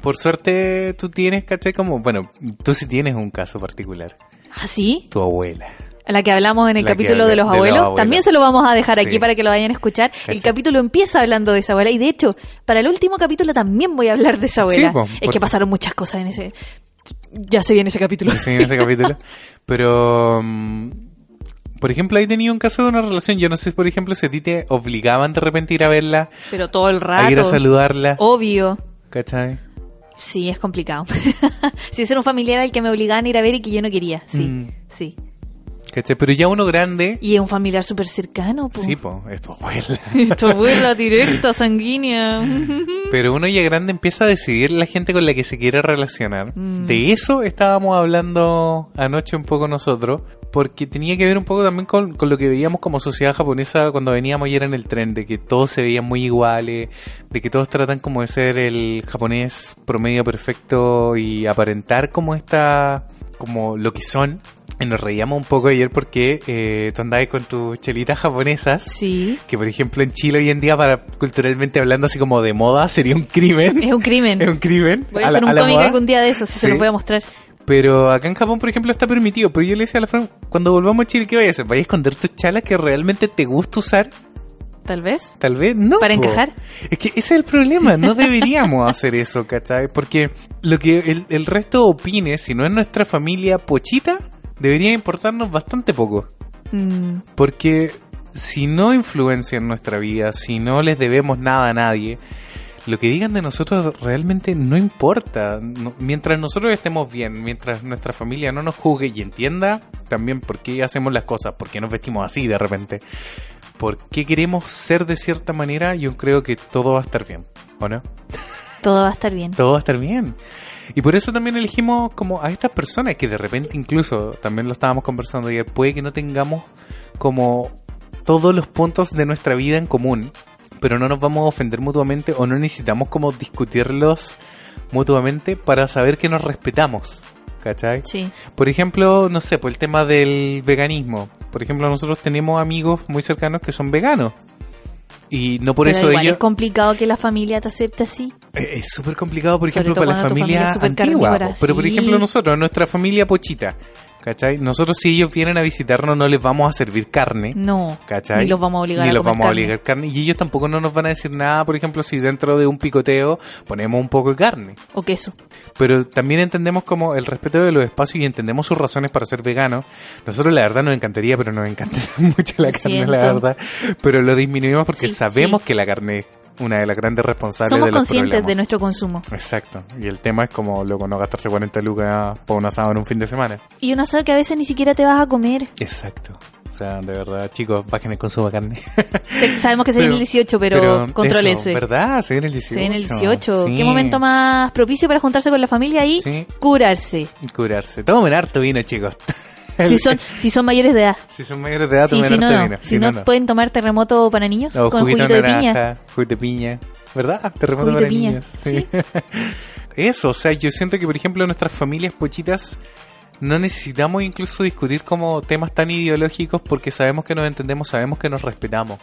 [SPEAKER 2] por suerte tú tienes, ¿cachai? Como, bueno, tú sí tienes un caso particular,
[SPEAKER 3] ¿Ah, sí?
[SPEAKER 2] tu abuela.
[SPEAKER 3] La que hablamos en el
[SPEAKER 2] La que
[SPEAKER 3] capítulo
[SPEAKER 2] habla-
[SPEAKER 3] de los,
[SPEAKER 2] de los
[SPEAKER 3] abuelos.
[SPEAKER 2] abuelos.
[SPEAKER 3] También se lo vamos a dejar
[SPEAKER 2] Sí.
[SPEAKER 3] aquí para que lo vayan a escuchar. El
[SPEAKER 2] Cacha.
[SPEAKER 3] capítulo empieza hablando de esa abuela. Y de hecho, para el último capítulo también voy a hablar de esa abuela.
[SPEAKER 2] po,
[SPEAKER 3] es
[SPEAKER 2] porque-
[SPEAKER 3] que pasaron muchas cosas en ese. Ya se viene ese capítulo.
[SPEAKER 2] Sí, en ese capítulo. Pero, mm, por ejemplo, ahí tenía un caso de una relación. Yo no sé, por ejemplo, si a ti te obligaban de repente a ir a verla,
[SPEAKER 3] (laughs) Pero todo el
[SPEAKER 2] a ir a
[SPEAKER 3] rato. Oh.
[SPEAKER 2] saludarla.
[SPEAKER 3] Obvio.
[SPEAKER 2] ¿Cachai?
[SPEAKER 3] Sí, es complicado. (laughs) si ese era un familiar al que me obligaban a ir a ver y que yo no quería. Sí,
[SPEAKER 2] Mm.
[SPEAKER 3] sí.
[SPEAKER 2] ¿Cachai? Pero ya uno grande.
[SPEAKER 3] Y es un familiar súper cercano, po.
[SPEAKER 2] Sí, pues, es tu abuela.
[SPEAKER 3] (laughs) Tu abuela directa, sanguínea. (laughs)
[SPEAKER 2] Pero uno ya grande empieza a decidir la gente con la que se quiere relacionar.
[SPEAKER 3] Mm.
[SPEAKER 2] De eso estábamos hablando anoche un poco nosotros, porque tenía que ver un poco también con, con lo que veíamos como sociedad japonesa cuando veníamos ayer en el tren, de que todos se veían muy iguales, de que todos tratan como de ser el japonés promedio perfecto y aparentar como esta, como lo que son. Y nos reíamos un poco ayer porque eh, tú andabas con tus chelitas japonesas
[SPEAKER 3] Sí.
[SPEAKER 2] que por ejemplo en Chile hoy en día para culturalmente hablando así como de moda sería un crimen
[SPEAKER 3] Es un crimen.
[SPEAKER 2] es un crimen
[SPEAKER 3] Voy
[SPEAKER 2] a
[SPEAKER 3] a
[SPEAKER 2] la-
[SPEAKER 3] hacer
[SPEAKER 2] a
[SPEAKER 3] un
[SPEAKER 2] la
[SPEAKER 3] cómic
[SPEAKER 2] moda.
[SPEAKER 3] algún día de eso, si se
[SPEAKER 2] Sí.
[SPEAKER 3] lo voy a mostrar.
[SPEAKER 2] pero acá en Japón por ejemplo está permitido pero yo le decía a la Fran cuando volvamos a Chile ¿qué vayas a hacer? ¿vayas a esconder tus chalas que realmente te gusta usar?
[SPEAKER 3] Tal vez.
[SPEAKER 2] tal vez no
[SPEAKER 3] ¿Para
[SPEAKER 2] po.
[SPEAKER 3] encajar?
[SPEAKER 2] es que ese es el problema no
[SPEAKER 3] (laughs)
[SPEAKER 2] deberíamos hacer eso ¿cachai? porque lo que el, el resto opine si no es nuestra familia pochita debería importarnos bastante poco
[SPEAKER 3] Mm,
[SPEAKER 2] Porque si no influencian nuestra vida, si no les debemos nada a nadie, lo que digan de nosotros realmente no importa. No- mientras nosotros estemos bien, mientras nuestra familia no nos juzgue y entienda también por qué hacemos las cosas, por qué nos vestimos así de repente, por qué queremos ser de cierta manera, yo creo que todo va a estar bien, ¿o no?
[SPEAKER 3] Todo va a estar bien.
[SPEAKER 2] todo va a estar bien. Y por eso también elegimos como a estas personas que de repente incluso, también lo estábamos conversando ayer, puede que no tengamos como todos los puntos de nuestra vida en común, pero no nos vamos a ofender mutuamente o no necesitamos como discutirlos mutuamente para saber que nos respetamos. ¿Cachai?
[SPEAKER 3] Sí.
[SPEAKER 2] Por ejemplo, no sé, por el tema del veganismo. Por ejemplo, nosotros tenemos amigos muy cercanos que son veganos. Y no por
[SPEAKER 3] Pero
[SPEAKER 2] eso
[SPEAKER 3] igual
[SPEAKER 2] ellos...
[SPEAKER 3] es complicado que la familia te acepte así.
[SPEAKER 2] Eh, Es súper complicado, por
[SPEAKER 3] Sobre
[SPEAKER 2] ejemplo,
[SPEAKER 3] todo
[SPEAKER 2] para la
[SPEAKER 3] cuando tu
[SPEAKER 2] familia,
[SPEAKER 3] familia es súper
[SPEAKER 2] antigua.
[SPEAKER 3] carnívora,
[SPEAKER 2] Pero, por
[SPEAKER 3] sí.
[SPEAKER 2] ejemplo, nosotros, nuestra familia pochita, ¿cachai? Nosotros, si ellos vienen a visitarnos, no les vamos a servir carne,
[SPEAKER 3] No.
[SPEAKER 2] ¿cachai?
[SPEAKER 3] Ni los vamos a obligar
[SPEAKER 2] Ni
[SPEAKER 3] a
[SPEAKER 2] los
[SPEAKER 3] comer
[SPEAKER 2] vamos a
[SPEAKER 3] carne.
[SPEAKER 2] obligar carne. Y ellos tampoco no nos van a decir nada, por ejemplo, si dentro de un picoteo ponemos un poco de carne.
[SPEAKER 3] O queso.
[SPEAKER 2] Pero también entendemos como el respeto de los espacios y entendemos sus razones para ser veganos. Nosotros, la verdad, nos encantaría, pero nos encanta (laughs) mucho la
[SPEAKER 3] Lo
[SPEAKER 2] carne,
[SPEAKER 3] siento.
[SPEAKER 2] la verdad. Pero lo disminuimos porque
[SPEAKER 3] Sí,
[SPEAKER 2] sabemos que la carne es una de las grandes responsables
[SPEAKER 3] Somos
[SPEAKER 2] de los
[SPEAKER 3] conscientes
[SPEAKER 2] problemas.
[SPEAKER 3] de nuestro consumo.
[SPEAKER 2] Exacto. Y el tema es como, loco, no gastarse 40 lucas por un asado en un fin de semana.
[SPEAKER 3] Y uno sabe que a veces ni siquiera te vas a comer.
[SPEAKER 2] Exacto. O sea, de verdad, chicos, bajen el consumo de carne.
[SPEAKER 3] Se- sabemos que (laughs) se viene el 18, pero, contrólense.
[SPEAKER 2] eso, ¿Verdad? Se viene el 18.
[SPEAKER 3] Se viene el 18.
[SPEAKER 2] Sí.
[SPEAKER 3] ¿Qué momento más propicio para juntarse con la familia y
[SPEAKER 2] Sí.
[SPEAKER 3] curarse?
[SPEAKER 2] Y Curarse. Tomen harto vino, chicos. (laughs)
[SPEAKER 3] Si son, si son mayores de edad.
[SPEAKER 2] si son mayores de edad,
[SPEAKER 3] Sí,
[SPEAKER 2] tomen
[SPEAKER 3] si no,
[SPEAKER 2] harto
[SPEAKER 3] no.
[SPEAKER 2] vino.
[SPEAKER 3] Si, no, pueden tomar terremoto para niños
[SPEAKER 2] O
[SPEAKER 3] con
[SPEAKER 2] juguito
[SPEAKER 3] juguito
[SPEAKER 2] de
[SPEAKER 3] de piña.
[SPEAKER 2] naranja, juguito de piña. ¿Verdad? Terremoto
[SPEAKER 3] Juguito
[SPEAKER 2] para
[SPEAKER 3] de piña,
[SPEAKER 2] niños. Sí. (laughs) Eso, o sea, yo siento que, por ejemplo, nuestras familias pochitas no necesitamos incluso discutir como temas tan ideológicos porque sabemos que nos entendemos, sabemos que nos respetamos.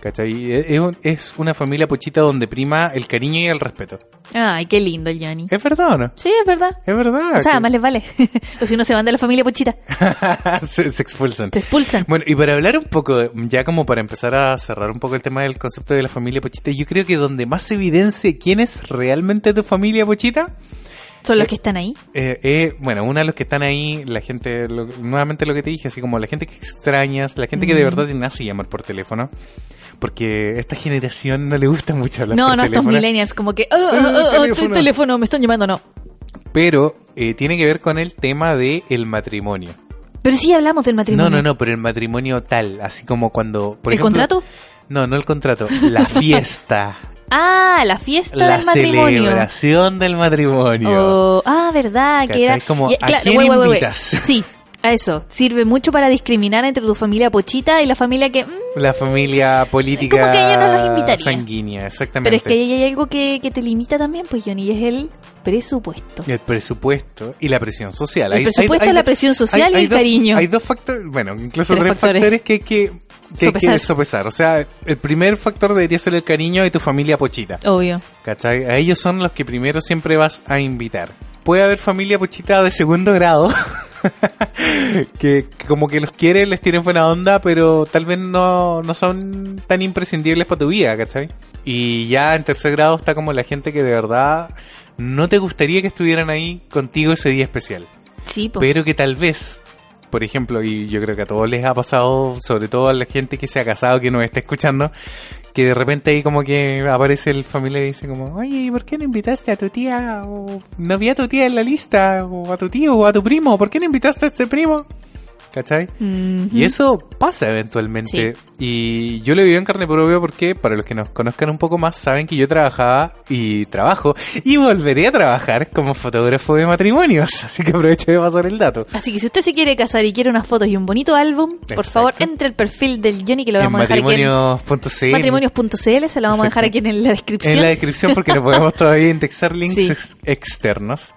[SPEAKER 2] ¿Cachai? E-, Es- es un- Es una familia pochita donde prima el cariño y el respeto.
[SPEAKER 3] Ay, qué lindo el Johnny.
[SPEAKER 2] ¿Es verdad o no?
[SPEAKER 3] Sí, es verdad.
[SPEAKER 2] Es verdad.
[SPEAKER 3] O sea,
[SPEAKER 2] que-
[SPEAKER 3] más les vale. (laughs) o si no se van de la familia pochita,
[SPEAKER 2] (laughs) se, se expulsan. (laughs)
[SPEAKER 3] te expulsan.
[SPEAKER 2] Bueno, y para hablar un poco, de- ya como para empezar a cerrar un poco el tema del concepto de la familia Pochita, yo creo que donde más se evidencia quién es realmente tu familia Pochita,
[SPEAKER 3] Son los que están ahí.
[SPEAKER 2] eh, eh, bueno, una de los que están ahí, la gente, lo- nuevamente lo que te dije, así como la gente que extrañas, la gente que de
[SPEAKER 3] Mm.
[SPEAKER 2] verdad te nace llamar por teléfono, porque esta generación no le gusta mucho hablar
[SPEAKER 3] No,
[SPEAKER 2] por
[SPEAKER 3] no, estos
[SPEAKER 2] teléfono.
[SPEAKER 3] millennials, como que, oh, oh,
[SPEAKER 2] Ah,
[SPEAKER 3] oh, oh,
[SPEAKER 2] teléfono.
[SPEAKER 3] estoy en teléfono, me están llamando, no.
[SPEAKER 2] Pero eh, tiene que ver con el tema del el matrimonio.
[SPEAKER 3] Pero sí hablamos del matrimonio.
[SPEAKER 2] No, no, no, pero el matrimonio tal, así como cuando... Por
[SPEAKER 3] ¿El
[SPEAKER 2] ejemplo-
[SPEAKER 3] contrato?
[SPEAKER 2] No, no el contrato, la fiesta.
[SPEAKER 3] (laughs) Ah, la fiesta
[SPEAKER 2] la
[SPEAKER 3] del matrimonio.
[SPEAKER 2] celebración del matrimonio.
[SPEAKER 3] Oh, ah, verdad, que
[SPEAKER 2] ¿Cachai?
[SPEAKER 3] era...
[SPEAKER 2] Como,
[SPEAKER 3] y-
[SPEAKER 2] ¿a quién
[SPEAKER 3] wait, wait, wait, wait.
[SPEAKER 2] invitas?
[SPEAKER 3] Sí, a eso. Sirve mucho para discriminar entre tu familia pochita y la familia que... mm,
[SPEAKER 2] La familia política
[SPEAKER 3] Como que ella no los invitaría.
[SPEAKER 2] sanguínea, exactamente.
[SPEAKER 3] pero es que ahí hay algo que, que te limita también, pues Johnny, y es el presupuesto.
[SPEAKER 2] El presupuesto y la presión social.
[SPEAKER 3] El presupuesto, la presión social y el
[SPEAKER 2] dos-
[SPEAKER 3] cariño.
[SPEAKER 2] Hay dos factores, bueno, incluso tres,
[SPEAKER 3] Tres
[SPEAKER 2] factores.
[SPEAKER 3] factores.
[SPEAKER 2] que hay que, que hay que
[SPEAKER 3] Sopesar.
[SPEAKER 2] sopesar. O sea, el primer factor debería ser el cariño de tu familia pochita.
[SPEAKER 3] Obvio.
[SPEAKER 2] ¿Cachai? A ellos son los que primero siempre vas a invitar. Puede haber familia pochita de segundo grado (laughs) que que como que los quieren, les tienen buena onda, pero tal vez no, no son tan imprescindibles para tu vida, ¿cachai? Y ya en tercer grado está como la gente que de verdad no te gustaría que estuvieran ahí contigo ese día especial.
[SPEAKER 3] Sí, pues.
[SPEAKER 2] Pero que tal vez, por ejemplo, y yo creo que a todos les ha pasado, sobre todo a la gente que se ha casado, que nos está escuchando, que de repente ahí como que aparece el familia y dice como, oye, ¿y ¿por qué no invitaste a tu tía? O no vi a tu tía en la lista, o a tu tío, o a tu primo, ¿por qué no invitaste a este primo? ¿Cachai?
[SPEAKER 3] Mhm.
[SPEAKER 2] Y eso pasa eventualmente. Y yo lo viví en carne propia porque, para los que nos conozcan un poco más, saben que yo trabajaba y trabajo y volveré a trabajar como fotógrafo de matrimonios. (laughs) Así que aprovecho de pasar el dato.
[SPEAKER 3] Así que si usted se quiere casar y quiere unas fotos y un bonito álbum, por
[SPEAKER 2] Exacto.
[SPEAKER 3] favor, entre al perfil del Johnny que lo
[SPEAKER 2] En
[SPEAKER 3] vamos a dejar aquí en
[SPEAKER 2] matrimonios.cl.
[SPEAKER 3] matrimonios.cl, se lo vamos a dejar
[SPEAKER 2] Exacto.
[SPEAKER 3] aquí en la descripción.
[SPEAKER 2] En la descripción porque no
[SPEAKER 3] (laughs)
[SPEAKER 2] podemos todavía indexar links
[SPEAKER 3] Sí.
[SPEAKER 2] ex- externos.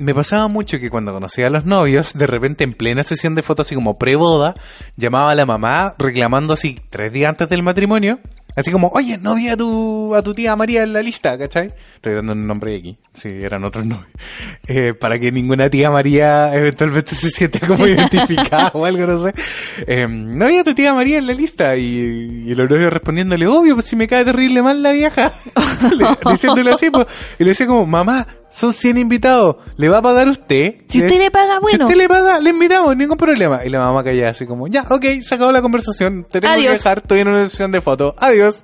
[SPEAKER 2] Me pasaba mucho que cuando conocía a los novios, de repente en plena sesión de fotos, así como preboda, llamaba a la mamá reclamando así tres días antes del matrimonio, así como, oye, no vi a tu, a tu tía María en la lista, ¿cachai? Estoy dando un nombre aquí, si eran otros novios. Eh, para que ninguna tía María eventualmente se sienta
[SPEAKER 3] (laughs)
[SPEAKER 2] como identificada o algo, no sé. Eh, no vi a tu tía María en la lista y, y el novio (laughs) respondiéndole, obvio, pues si me cae terrible mal la vieja. Le- diciéndole así, pues, y le decía como, mamá, son 100 invitados, ¿le va a pagar usted?
[SPEAKER 3] Si
[SPEAKER 2] Eh,
[SPEAKER 3] usted le paga,
[SPEAKER 2] Si
[SPEAKER 3] bueno.
[SPEAKER 2] usted le paga, le invitamos, ningún problema. Y la mamá callada así como, ya, ok, se acabó la conversación, te tengo que
[SPEAKER 3] Adiós.
[SPEAKER 2] dejar, estoy en una sesión de fotos, adiós.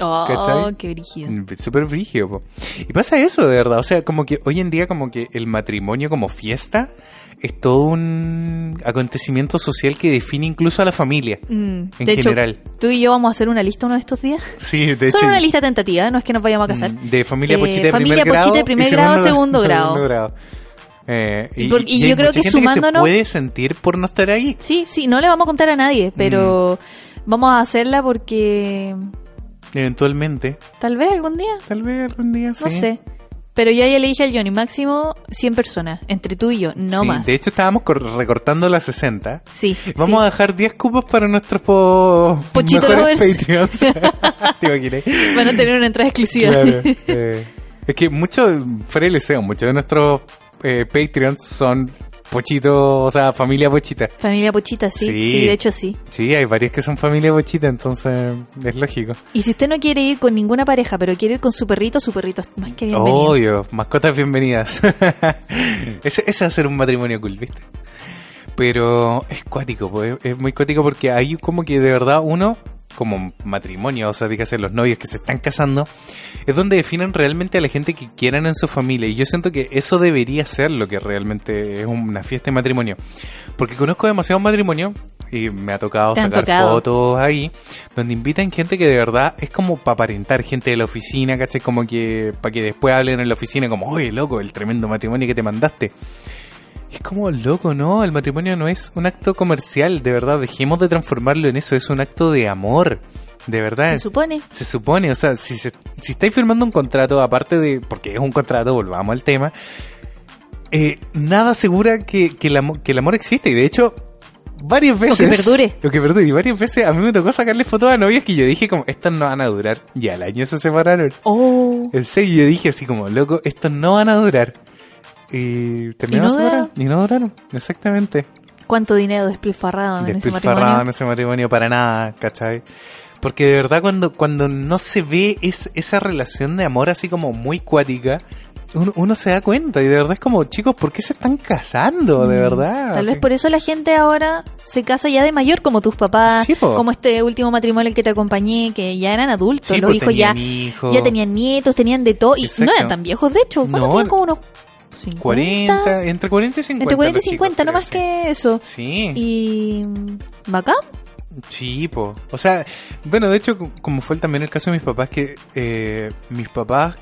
[SPEAKER 3] Oh,
[SPEAKER 2] ¿Cachai?
[SPEAKER 3] qué brígido.
[SPEAKER 2] Mm, Súper brígido, po. Y pasa eso, de verdad. O sea, como que hoy en día, como que el matrimonio como fiesta es todo un acontecimiento social que define incluso a la familia.
[SPEAKER 3] Mm,
[SPEAKER 2] En
[SPEAKER 3] de hecho,
[SPEAKER 2] general.
[SPEAKER 3] tú y yo vamos a hacer una lista uno de estos días.
[SPEAKER 2] Sí, de
[SPEAKER 3] Solo
[SPEAKER 2] hecho.
[SPEAKER 3] una lista tentativa, no es que nos vayamos a casar.
[SPEAKER 2] mm, De familia
[SPEAKER 3] Eh,
[SPEAKER 2] pochita de
[SPEAKER 3] familia
[SPEAKER 2] primer
[SPEAKER 3] pochita
[SPEAKER 2] grado.
[SPEAKER 3] de
[SPEAKER 2] y
[SPEAKER 3] primer
[SPEAKER 2] (laughs)
[SPEAKER 3] grado, segundo grado.
[SPEAKER 2] Eh,
[SPEAKER 3] Y por- y yo
[SPEAKER 2] hay
[SPEAKER 3] creo
[SPEAKER 2] mucha gente
[SPEAKER 3] que
[SPEAKER 2] se
[SPEAKER 3] sumándonos-
[SPEAKER 2] puede sentir por no estar ahí.
[SPEAKER 3] Sí, sí, no le vamos a contar a nadie, pero vamos a hacerla porque
[SPEAKER 2] Eventualmente.
[SPEAKER 3] tal vez algún día,
[SPEAKER 2] Tal vez algún día
[SPEAKER 3] no
[SPEAKER 2] sí.
[SPEAKER 3] sé. Pero yo ya le dije al Johnny, máximo 100 personas, entre tú y yo, no
[SPEAKER 2] Sí,
[SPEAKER 3] más.
[SPEAKER 2] De hecho, estábamos cor- recortando las 60.
[SPEAKER 3] sí,
[SPEAKER 2] Vamos a dejar 10 cupos para nuestros po
[SPEAKER 3] Pochito
[SPEAKER 2] mejores
[SPEAKER 3] lovers. (laughs)
[SPEAKER 2] Patreons. (laughs) ¿Te imaginas?
[SPEAKER 3] a... (laughs) van a tener una entrada exclusiva. (laughs)
[SPEAKER 2] Claro, eh. Es que muchos, fuera el deseo, muchos de nuestros eh, Patreons son pochito, o sea, familia pochita.
[SPEAKER 3] Familia Pochita, sí,
[SPEAKER 2] Sí.
[SPEAKER 3] sí, de hecho sí.
[SPEAKER 2] Sí, hay varias que son familia pochita, entonces es lógico.
[SPEAKER 3] Y si usted no quiere ir con ninguna pareja, pero quiere ir con su perrito, su perrito es más que bienvenido.
[SPEAKER 2] Obvio, mascotas bienvenidas. (laughs) ese, ese va a ser un matrimonio cool, ¿viste? Pero es cuático, po, es, es muy cuático porque ahí como que de verdad uno, como matrimonio, o sea, dígase los novios que se están casando, es donde definen realmente a la gente que quieran en su familia. Y yo siento que eso debería ser lo que realmente es una fiesta de matrimonio. Porque conozco demasiados matrimonios y me ha tocado
[SPEAKER 3] Te han
[SPEAKER 2] sacar
[SPEAKER 3] tocado.
[SPEAKER 2] fotos ahí, donde invitan gente que de verdad es como para aparentar, gente de la oficina, ¿cachai? Como que para que después hablen en la oficina como, oye, loco, el tremendo matrimonio que te mandaste. Es como loco, ¿no? El matrimonio no es un acto comercial, de verdad. Dejemos de transformarlo en eso, es un acto de amor, de verdad.
[SPEAKER 3] Se supone.
[SPEAKER 2] Se supone, o sea, si, se- si estáis firmando un contrato, aparte de. porque es un contrato, volvamos al tema. eh, nada asegura que, que el amor, que el amor existe, y de hecho. Varias veces. (laughs)
[SPEAKER 3] perdure.
[SPEAKER 2] Lo que perdure. Y varias veces a mí me tocó sacarle fotos a novias que yo dije como, estas no van a durar. Y al año se separaron.
[SPEAKER 3] Oh.
[SPEAKER 2] En serio, yo dije así como, loco, estos no van a durar. Y terminaron
[SPEAKER 3] no
[SPEAKER 2] separados. Y no duraron. Exactamente
[SPEAKER 3] Cuánto dinero despilfarrado en ese
[SPEAKER 2] despilfarrado en
[SPEAKER 3] matrimonio.
[SPEAKER 2] ese matrimonio para nada, ¿cachai? Porque de verdad cuando, cuando no se ve es, esa relación de amor así como muy cuática, uno, uno se da cuenta y de verdad es como, chicos, ¿por qué se están casando? De verdad.
[SPEAKER 3] Mm. Tal vez
[SPEAKER 2] Así.
[SPEAKER 3] por eso la gente ahora se casa ya de mayor, como tus papás,
[SPEAKER 2] Sí, po.
[SPEAKER 3] como este último matrimonio al que te acompañé, que ya eran adultos,
[SPEAKER 2] Sí,
[SPEAKER 3] los
[SPEAKER 2] pues,
[SPEAKER 3] hijos ya,
[SPEAKER 2] tenían hijos,
[SPEAKER 3] ya tenían nietos, tenían de todo, y no
[SPEAKER 2] Exacto.
[SPEAKER 3] eran tan viejos, de hecho, ¿cuántos
[SPEAKER 2] No,
[SPEAKER 3] tenían como unos 50?
[SPEAKER 2] 40, entre 40 y 50.
[SPEAKER 3] entre 40 y
[SPEAKER 2] los chicos,
[SPEAKER 3] 50, no
[SPEAKER 2] creo,
[SPEAKER 3] más
[SPEAKER 2] sí.
[SPEAKER 3] que eso.
[SPEAKER 2] Sí.
[SPEAKER 3] Y... ¿Bacán?
[SPEAKER 2] Sí, po. O sea, bueno, de hecho, co- como fue también el caso de mis papás, que eh, mis papás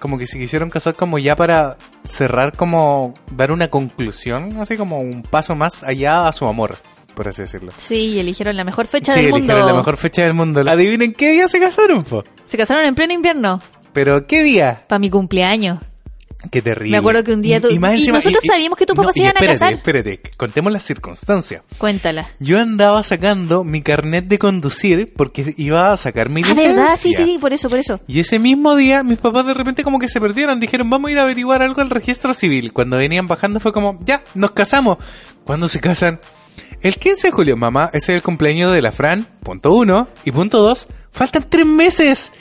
[SPEAKER 2] como que se quisieron casar como ya para cerrar, como dar una conclusión, así como un paso más allá a su amor, por así decirlo.
[SPEAKER 3] Sí, y eligieron la mejor fecha
[SPEAKER 2] sí,
[SPEAKER 3] del mundo.
[SPEAKER 2] eligieron la mejor fecha del mundo. Adivinen qué día se casaron, po.
[SPEAKER 3] Se casaron en pleno invierno,
[SPEAKER 2] Pero qué día.
[SPEAKER 3] para mi cumpleaños.
[SPEAKER 2] Qué terrible.
[SPEAKER 3] Me acuerdo que un día tú- y nosotros sabíamos que tus papás
[SPEAKER 2] y
[SPEAKER 3] se iban a
[SPEAKER 2] espérate,
[SPEAKER 3] casar.
[SPEAKER 2] Espérate, contemos las circunstancias.
[SPEAKER 3] Cuéntala.
[SPEAKER 2] Yo andaba sacando mi carnet de conducir porque iba a sacar mi
[SPEAKER 3] Ah,
[SPEAKER 2] licencia.
[SPEAKER 3] ¿verdad? Sí, sí, sí, por eso, por eso.
[SPEAKER 2] Y ese mismo día, mis papás de repente como que se perdieron. Dijeron, vamos a ir a averiguar algo al registro civil. Cuando venían bajando fue como, ya, nos casamos. ¿Cuándo se casan? El 15 de julio, mamá, ese es el cumpleaños de la Fran, punto uno. Y punto dos, faltan tres meses.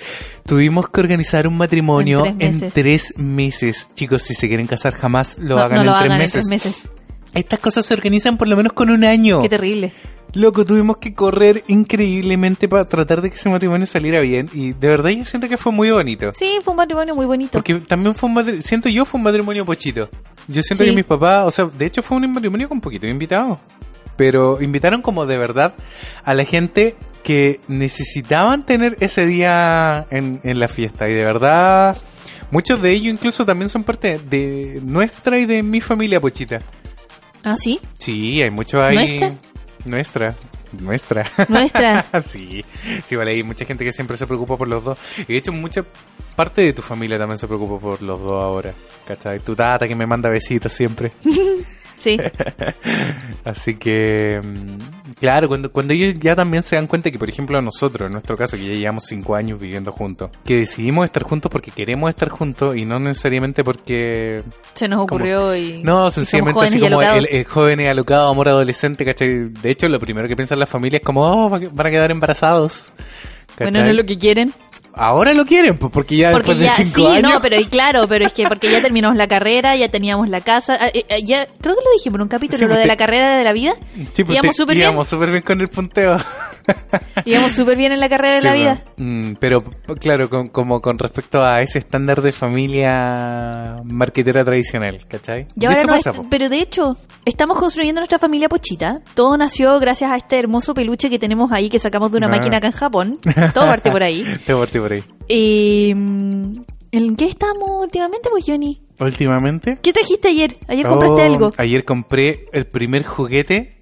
[SPEAKER 2] Tuvimos que organizar un matrimonio
[SPEAKER 3] En
[SPEAKER 2] en tres
[SPEAKER 3] tres meses.
[SPEAKER 2] meses. Chicos, si se quieren casar jamás lo
[SPEAKER 3] no,
[SPEAKER 2] hagan,
[SPEAKER 3] no
[SPEAKER 2] en,
[SPEAKER 3] lo
[SPEAKER 2] tres
[SPEAKER 3] hagan
[SPEAKER 2] meses.
[SPEAKER 3] en tres meses.
[SPEAKER 2] Estas cosas se organizan por lo menos con un año.
[SPEAKER 3] Qué terrible.
[SPEAKER 2] Loco, tuvimos que correr increíblemente para tratar de que ese matrimonio saliera bien. Y de verdad yo siento que fue muy bonito.
[SPEAKER 3] Sí, fue un matrimonio muy bonito.
[SPEAKER 2] Porque también fue un matrimonio, siento yo, fue un matrimonio pochito. Yo siento
[SPEAKER 3] Sí.
[SPEAKER 2] que mis papás, o sea, de hecho fue un matrimonio con poquito de invitados. Pero invitaron como de verdad a la gente que necesitaban tener ese día en, en la fiesta. Y de verdad, muchos de ellos incluso también son parte de nuestra y de mi familia pochita.
[SPEAKER 3] Ah, sí,
[SPEAKER 2] Sí, hay muchos ahí.
[SPEAKER 3] ¿Nuestra?
[SPEAKER 2] Nuestra. Nuestra. (laughs)
[SPEAKER 3] nuestra.
[SPEAKER 2] sí, sí, vale, hay mucha gente que siempre se preocupa por los dos. Y de hecho, mucha parte de tu familia también se preocupa por los dos ahora. ¿Cachai? Tu tata que me manda besitos siempre. (laughs)
[SPEAKER 3] Sí,
[SPEAKER 2] Así que, mm, claro, cuando, cuando ellos ya también se dan cuenta que, por ejemplo, nosotros, en nuestro caso, que ya llevamos cinco años viviendo juntos, que decidimos estar juntos porque queremos estar juntos y no necesariamente porque
[SPEAKER 3] se nos ocurrió y.
[SPEAKER 2] no,
[SPEAKER 3] y somos
[SPEAKER 2] sencillamente
[SPEAKER 3] jóvenes
[SPEAKER 2] así
[SPEAKER 3] y
[SPEAKER 2] como el,
[SPEAKER 3] alocados.
[SPEAKER 2] el joven y alocado, amor adolescente, ¿cachai? De hecho, lo primero que piensan las familias es como, oh, va- van a quedar embarazados.
[SPEAKER 3] Bueno, no es lo que quieren.
[SPEAKER 2] ahora lo quieren, pues porque ya
[SPEAKER 3] Porque
[SPEAKER 2] después
[SPEAKER 3] ya,
[SPEAKER 2] de
[SPEAKER 3] sí,
[SPEAKER 2] cinco años.
[SPEAKER 3] no, pero y claro, pero es que porque ya terminamos la carrera, ya teníamos la casa, ah, eh, eh, ya creo que lo dijimos en un capítulo,
[SPEAKER 2] Sí,
[SPEAKER 3] lo
[SPEAKER 2] pues
[SPEAKER 3] de
[SPEAKER 2] te-
[SPEAKER 3] la carrera de
[SPEAKER 2] (laughs)
[SPEAKER 3] la vida,
[SPEAKER 2] Sí, pues,
[SPEAKER 3] íbamos
[SPEAKER 2] te-
[SPEAKER 3] súper bien,
[SPEAKER 2] íbamos súper bien con el punteo.
[SPEAKER 3] íbamos súper bien en la carrera de la
[SPEAKER 2] Sí,
[SPEAKER 3] vida.
[SPEAKER 2] pero- mm, Pero, p- claro, con- como con respecto a ese estándar de familia marquetera tradicional, ¿cachai?
[SPEAKER 3] Y
[SPEAKER 2] De
[SPEAKER 3] ahora
[SPEAKER 2] eso
[SPEAKER 3] no
[SPEAKER 2] pasa,
[SPEAKER 3] es-
[SPEAKER 2] po.
[SPEAKER 3] pero de hecho, estamos construyendo nuestra familia pochita. Todo nació gracias a este hermoso peluche que tenemos ahí que sacamos de una
[SPEAKER 2] Ah.
[SPEAKER 3] máquina acá en Japón. Todo parte por ahí.
[SPEAKER 2] (laughs) Te partí por ahí.
[SPEAKER 3] Eh, mm, ¿En qué estamos últimamente, pues, Johnny?
[SPEAKER 2] Últimamente.
[SPEAKER 3] ¿Qué trajiste ayer? ¿Ayer compraste
[SPEAKER 2] Oh,
[SPEAKER 3] algo?
[SPEAKER 2] Ayer compré el primer juguete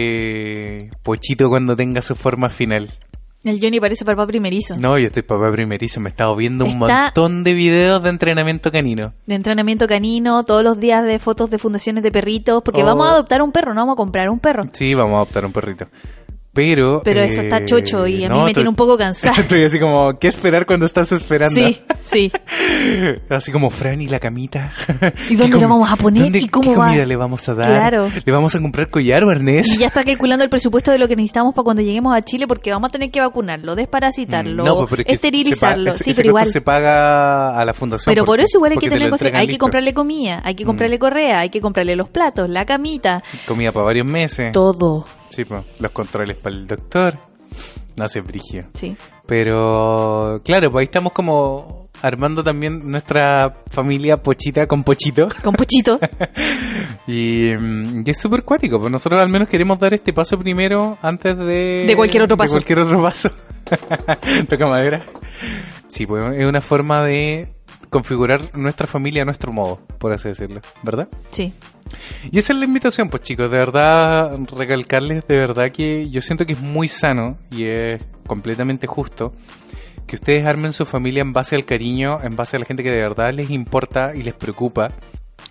[SPEAKER 2] de Pochito cuando tenga su forma final.
[SPEAKER 3] El Johnny parece papá primerizo.
[SPEAKER 2] No, yo estoy papá primerizo, me he estado viendo un
[SPEAKER 3] Está-
[SPEAKER 2] montón de videos de entrenamiento canino.
[SPEAKER 3] De entrenamiento canino, todos los días de fotos de fundaciones de perritos, porque
[SPEAKER 2] Oh.
[SPEAKER 3] vamos a adoptar un perro, no vamos a comprar un perro.
[SPEAKER 2] Sí, vamos a adoptar un perrito. Pero... eh,
[SPEAKER 3] Pero eso está chocho y a mí
[SPEAKER 2] no,
[SPEAKER 3] me
[SPEAKER 2] estoy- (laughs)
[SPEAKER 3] tiene un poco cansada.
[SPEAKER 2] Estoy así como, ¿qué esperar cuando estás esperando?
[SPEAKER 3] Sí, sí.
[SPEAKER 2] (laughs) Así como Fran y la camita. (laughs) ¿Qué
[SPEAKER 3] ¿Y dónde
[SPEAKER 2] comi-
[SPEAKER 3] la vamos a poner?
[SPEAKER 2] dónde-
[SPEAKER 3] ¿Y cómo
[SPEAKER 2] qué
[SPEAKER 3] va?
[SPEAKER 2] comida le vamos a dar?
[SPEAKER 3] Claro.
[SPEAKER 2] ¿Le vamos a comprar collar o arnés?
[SPEAKER 3] Y ya está calculando el presupuesto de lo que necesitamos para cuando lleguemos a Chile, porque vamos a tener que vacunarlo, desparasitarlo,
[SPEAKER 2] Mm, pues, pero es que
[SPEAKER 3] esterilizarlo.
[SPEAKER 2] se pa- ese-
[SPEAKER 3] sí,
[SPEAKER 2] ese
[SPEAKER 3] pero
[SPEAKER 2] costo
[SPEAKER 3] igual.
[SPEAKER 2] se paga a la fundación.
[SPEAKER 3] Pero por
[SPEAKER 2] porque-
[SPEAKER 3] eso igual hay que
[SPEAKER 2] porque te
[SPEAKER 3] tener
[SPEAKER 2] lo
[SPEAKER 3] cosas.
[SPEAKER 2] entregan
[SPEAKER 3] Hay que
[SPEAKER 2] listo.
[SPEAKER 3] comprarle comida, hay que
[SPEAKER 2] Mm.
[SPEAKER 3] comprarle correa, hay que comprarle los platos, la camita,
[SPEAKER 2] Comida para varios meses.
[SPEAKER 3] todo.
[SPEAKER 2] Sí, po. los controles para el doctor. No sé, Brigio.
[SPEAKER 3] Sí.
[SPEAKER 2] Pero, claro, pues ahí estamos como armando también nuestra familia pochita con (laughs) pochito.
[SPEAKER 3] Con pochito.
[SPEAKER 2] Y, mm, y es súper cuático, pues nosotros al menos queremos dar este paso primero antes de...
[SPEAKER 3] De cualquier otro paso.
[SPEAKER 2] cualquier otro paso. (laughs) Toca madera. Sí, pues es una forma de configurar nuestra familia a nuestro modo, por así decirlo, ¿verdad?
[SPEAKER 3] (laughs) Sí.
[SPEAKER 2] Y esa es la invitación, pues chicos, de verdad, recalcarles de verdad que yo siento que es muy sano y es completamente justo que ustedes armen su familia en base al cariño, en base a la gente que de verdad les importa y les preocupa,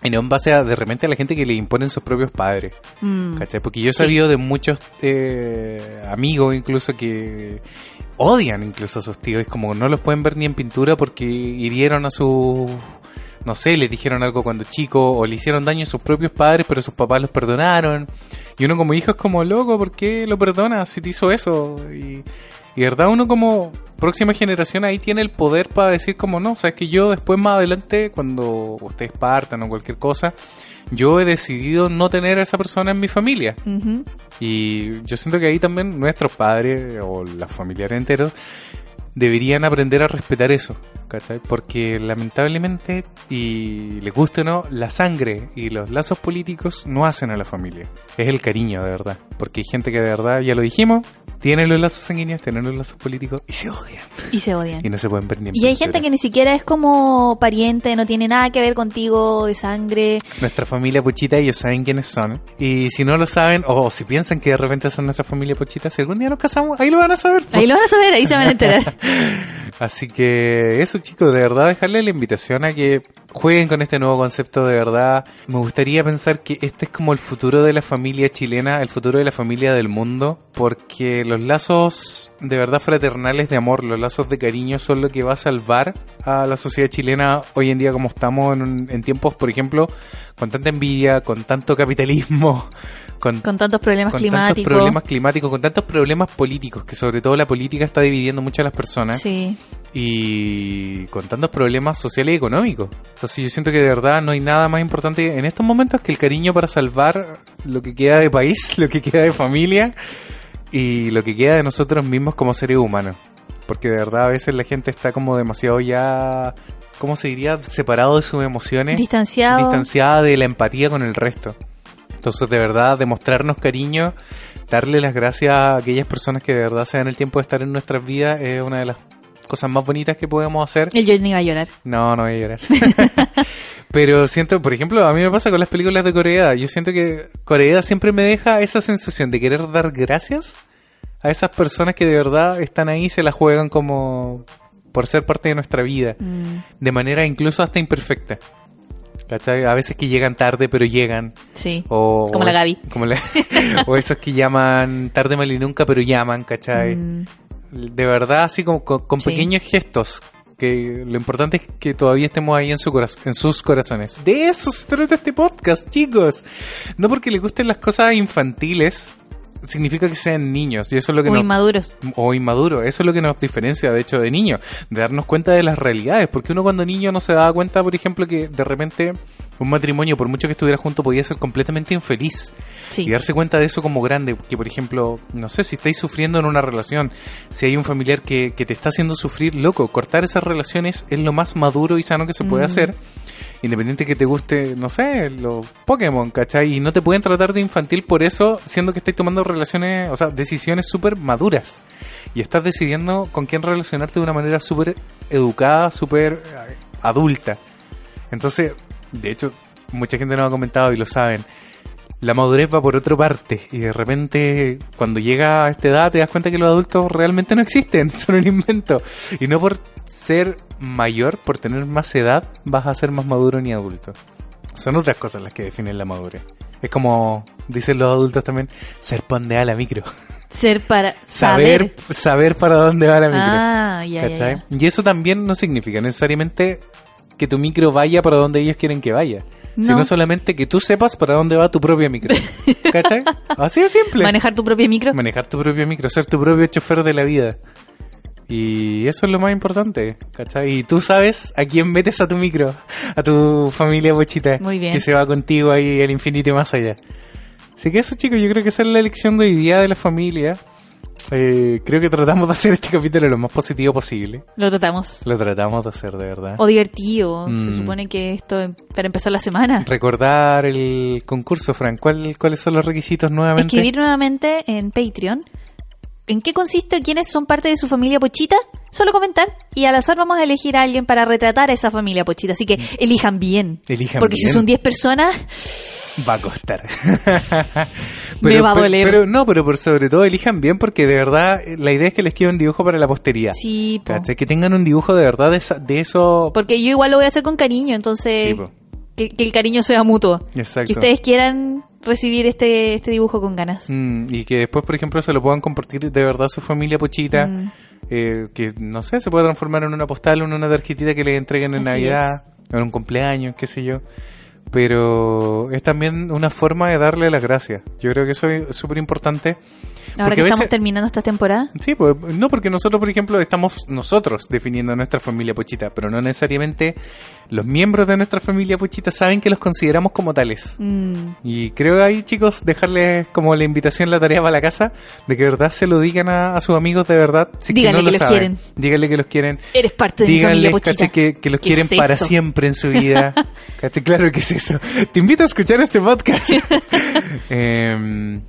[SPEAKER 2] y no en base a, de repente a la gente que le imponen sus propios padres.
[SPEAKER 3] Mm.
[SPEAKER 2] ¿Cachai? Porque yo he
[SPEAKER 3] Sí.
[SPEAKER 2] sabido de muchos eh, amigos incluso que odian incluso a sus tíos. Es como no los pueden ver ni en pintura porque hirieron a sus... No sé, les dijeron algo cuando chico o le hicieron daño a sus propios padres, pero sus papás los perdonaron. Y uno como hijo es como loco, ¿por qué lo perdonas si te hizo eso? Y, y de verdad uno como próxima generación ahí tiene el poder para decir como no, sabes que yo después más adelante cuando ustedes partan o cualquier cosa, yo he decidido no tener a esa persona en mi familia.
[SPEAKER 3] Ujú.
[SPEAKER 2] Y yo siento que ahí también nuestros padres o los familiares enteros deberían aprender a respetar eso, ¿cachai? Porque lamentablemente, y les guste o no, la sangre y los lazos políticos no hacen a la familia. Es el cariño, de verdad. Porque hay gente que de verdad, ya lo dijimos, tiene los lazos sanguíneos, tiene los lazos políticos y se odian.
[SPEAKER 3] Y se odian.
[SPEAKER 2] Y no se pueden ver ni en
[SPEAKER 3] Y hay
[SPEAKER 2] pintura.
[SPEAKER 3] gente que ni siquiera es como pariente, no tiene nada que ver contigo de sangre.
[SPEAKER 2] Nuestra familia Pochita, ellos saben quiénes son. Y si no lo saben, o si piensan que de repente son nuestra familia Pochita, si algún día nos casamos, ahí lo van a saber. pues. po.
[SPEAKER 3] Ahí lo van a saber, ahí se van a enterar.
[SPEAKER 2] (laughs) Así que eso chicos, de verdad dejarle la invitación a que jueguen con este nuevo concepto, de verdad. Me gustaría pensar que este es como el futuro de la familia chilena, el futuro de la familia del mundo, porque los lazos de verdad fraternales de amor, los lazos de cariño son lo que va a salvar a la sociedad chilena hoy en día como estamos en, un- en tiempos, por ejemplo, con tanta envidia, con tanto capitalismo, (laughs) con
[SPEAKER 3] (laughs) Con tantos problemas
[SPEAKER 2] con tantos
[SPEAKER 3] climáticos.
[SPEAKER 2] problemas climáticos, con tantos problemas políticos, que sobre todo la política está dividiendo mucho a las personas
[SPEAKER 3] Sí.
[SPEAKER 2] y con tantos problemas sociales y económicos. Entonces yo siento que de verdad no hay nada más importante en estos momentos que el cariño para salvar lo que queda de país, (laughs) lo que queda de familia y lo que queda de nosotros mismos como seres humanos. Porque de verdad a veces la gente está como demasiado ya, ¿cómo se diría? Separado de sus emociones
[SPEAKER 3] Distanciado.
[SPEAKER 2] distanciada de la empatía con el resto. Entonces, de verdad, demostrarnos cariño, darle las gracias a aquellas personas que de verdad se dan el tiempo de estar en nuestras vidas es una de las cosas más bonitas que podemos hacer.
[SPEAKER 3] El Johnny va a llorar.
[SPEAKER 2] No, no voy a llorar. (laughs) Pero siento, por ejemplo, a mí me pasa con las películas de Corea. Yo siento que Corea siempre me deja esa sensación de querer dar gracias a esas personas que de verdad están ahí y se la juegan como por ser parte de nuestra vida
[SPEAKER 3] Mm,
[SPEAKER 2] de manera incluso hasta imperfecta. ¿Cachai? A veces que llegan tarde, pero llegan.
[SPEAKER 3] sí.
[SPEAKER 2] O,
[SPEAKER 3] Como la
[SPEAKER 2] o-
[SPEAKER 3] Gaby.
[SPEAKER 2] como la-
[SPEAKER 3] (laughs)
[SPEAKER 2] o esos que llaman tarde, mal y nunca, pero llaman, ¿cachai?
[SPEAKER 3] Mm,
[SPEAKER 2] De verdad, así como con, con
[SPEAKER 3] Sí.
[SPEAKER 2] pequeños gestos. Que lo importante es que todavía estemos ahí en, su coraz- en sus corazones. De eso se trata este podcast, chicos. No porque les gusten las cosas infantiles significa que sean niños y eso es lo que
[SPEAKER 3] Muy
[SPEAKER 2] nos
[SPEAKER 3] maduros.
[SPEAKER 2] o inmaduro. Eso es lo que nos diferencia, de hecho, de niño, de darnos cuenta de las realidades. Porque uno cuando niño no se daba cuenta, por ejemplo, que de repente un matrimonio, por mucho que estuviera junto, podía ser completamente infeliz.
[SPEAKER 3] Sí.
[SPEAKER 2] Y darse cuenta de eso como grande, que por ejemplo, no sé, si estáis sufriendo en una relación, si hay un familiar que, que te está haciendo sufrir, loco, cortar esas relaciones es lo más maduro y sano que se puede
[SPEAKER 3] Mm.
[SPEAKER 2] hacer. Independiente que te guste, no sé, los Pokémon, ¿cachai? Y no te pueden tratar de infantil por eso, siendo que estáis tomando relaciones, o sea, decisiones súper maduras. Y estás decidiendo con quién relacionarte de una manera súper educada, súper eh, adulta. Entonces, de hecho, mucha gente nos ha comentado y lo saben. La madurez va por otra parte y de repente cuando llega a esta edad te das cuenta que los adultos realmente no existen, (laughs) son un invento. Y no por ser mayor, por tener más edad, vas a ser más maduro ni adulto. Son otras cosas las que definen la madurez. Es como dicen los adultos también, ser pondeada la micro. (laughs)
[SPEAKER 3] Ser para
[SPEAKER 2] Saber,
[SPEAKER 3] saber.
[SPEAKER 2] saber para dónde va la micro.
[SPEAKER 3] Ah, ya, ya,
[SPEAKER 2] ¿Cachai?
[SPEAKER 3] ya.
[SPEAKER 2] Y eso también no significa necesariamente que tu micro vaya para donde ellos quieren que vaya. Sino
[SPEAKER 3] No.
[SPEAKER 2] solamente que tú sepas para dónde va tu propio micro.
[SPEAKER 3] (laughs)
[SPEAKER 2] ¿Cachai? Así de simple.
[SPEAKER 3] Manejar tu propio micro.
[SPEAKER 2] (laughs) Manejar tu propio micro, ser tu propio chofer de la vida. Y eso es lo más importante, ¿cachai? Y tú sabes a quién metes a tu micro, a tu familia bochita.
[SPEAKER 3] Muy bien.
[SPEAKER 2] Que se va contigo ahí al infinito y más allá. Así que eso, chicos, yo creo que esa es la elección de hoy día de la familia. Eh, creo que tratamos de hacer este capítulo lo más positivo posible.
[SPEAKER 3] Lo tratamos.
[SPEAKER 2] Lo tratamos de hacer, de verdad.
[SPEAKER 3] O divertido.
[SPEAKER 2] Mm.
[SPEAKER 3] Se supone que esto es para empezar la semana.
[SPEAKER 2] Recordar el concurso, Frank. ¿Cuál- ¿Cuáles son los requisitos nuevamente?
[SPEAKER 3] Escribir nuevamente en Patreon. ¿En qué consiste? ¿Quiénes son parte de su familia pochita? Solo comentar y al azar vamos a elegir a alguien para retratar a esa familia pochita. Así que elijan bien.
[SPEAKER 2] Mm. Elijan
[SPEAKER 3] Porque
[SPEAKER 2] bien.
[SPEAKER 3] si son 10 personas,
[SPEAKER 2] va a costar. (laughs)
[SPEAKER 3] Me va a
[SPEAKER 2] pe-
[SPEAKER 3] doler.
[SPEAKER 2] Pero, no, pero por sobre todo elijan bien porque de verdad eh, la idea es que les quede un dibujo para la posteridad.
[SPEAKER 3] sí, po.
[SPEAKER 2] ¿Cachai? Que tengan un dibujo de verdad de, esa- de eso.
[SPEAKER 3] porque yo igual lo voy a hacer con cariño, entonces
[SPEAKER 2] Sí, po.
[SPEAKER 3] que, que el cariño sea mutuo.
[SPEAKER 2] Exacto.
[SPEAKER 3] Que ustedes quieran recibir este, este dibujo con ganas.
[SPEAKER 2] Mm, y que después, por ejemplo, se lo puedan compartir de verdad a su familia pochita.
[SPEAKER 3] Mm.
[SPEAKER 2] eh, que no sé, se puede transformar en una postal, en una tarjetita que le entreguen en
[SPEAKER 3] Así
[SPEAKER 2] Navidad, en un cumpleaños, qué sé yo. Pero es también una forma de darle las gracias. Yo creo que eso es súper importante.
[SPEAKER 3] Ahora
[SPEAKER 2] Porque
[SPEAKER 3] que
[SPEAKER 2] a
[SPEAKER 3] estamos
[SPEAKER 2] veces-
[SPEAKER 3] terminando esta temporada.
[SPEAKER 2] Sí, pues, no porque nosotros, por ejemplo, estamos nosotros definiendo a nuestra familia pochita, pero no necesariamente los miembros de nuestra familia pochita saben que los consideramos como tales.
[SPEAKER 3] Mm.
[SPEAKER 2] Y creo ahí, chicos, dejarles como la invitación, la tarea para la casa, de que de verdad se lo digan a, a sus amigos de verdad. Si es
[SPEAKER 3] Díganle
[SPEAKER 2] no lo
[SPEAKER 3] que los
[SPEAKER 2] saben.
[SPEAKER 3] quieren.
[SPEAKER 2] Díganle que los quieren.
[SPEAKER 3] Eres parte de mi familia
[SPEAKER 2] Díganle,
[SPEAKER 3] pochita.
[SPEAKER 2] caché, que, que los
[SPEAKER 3] ¿Qué
[SPEAKER 2] quieren
[SPEAKER 3] es
[SPEAKER 2] para
[SPEAKER 3] eso?
[SPEAKER 2] siempre en su
[SPEAKER 3] (laughs)
[SPEAKER 2] vida. caché, claro que es eso. Te invito a escuchar este
[SPEAKER 3] (laughs)
[SPEAKER 2] podcast. Em,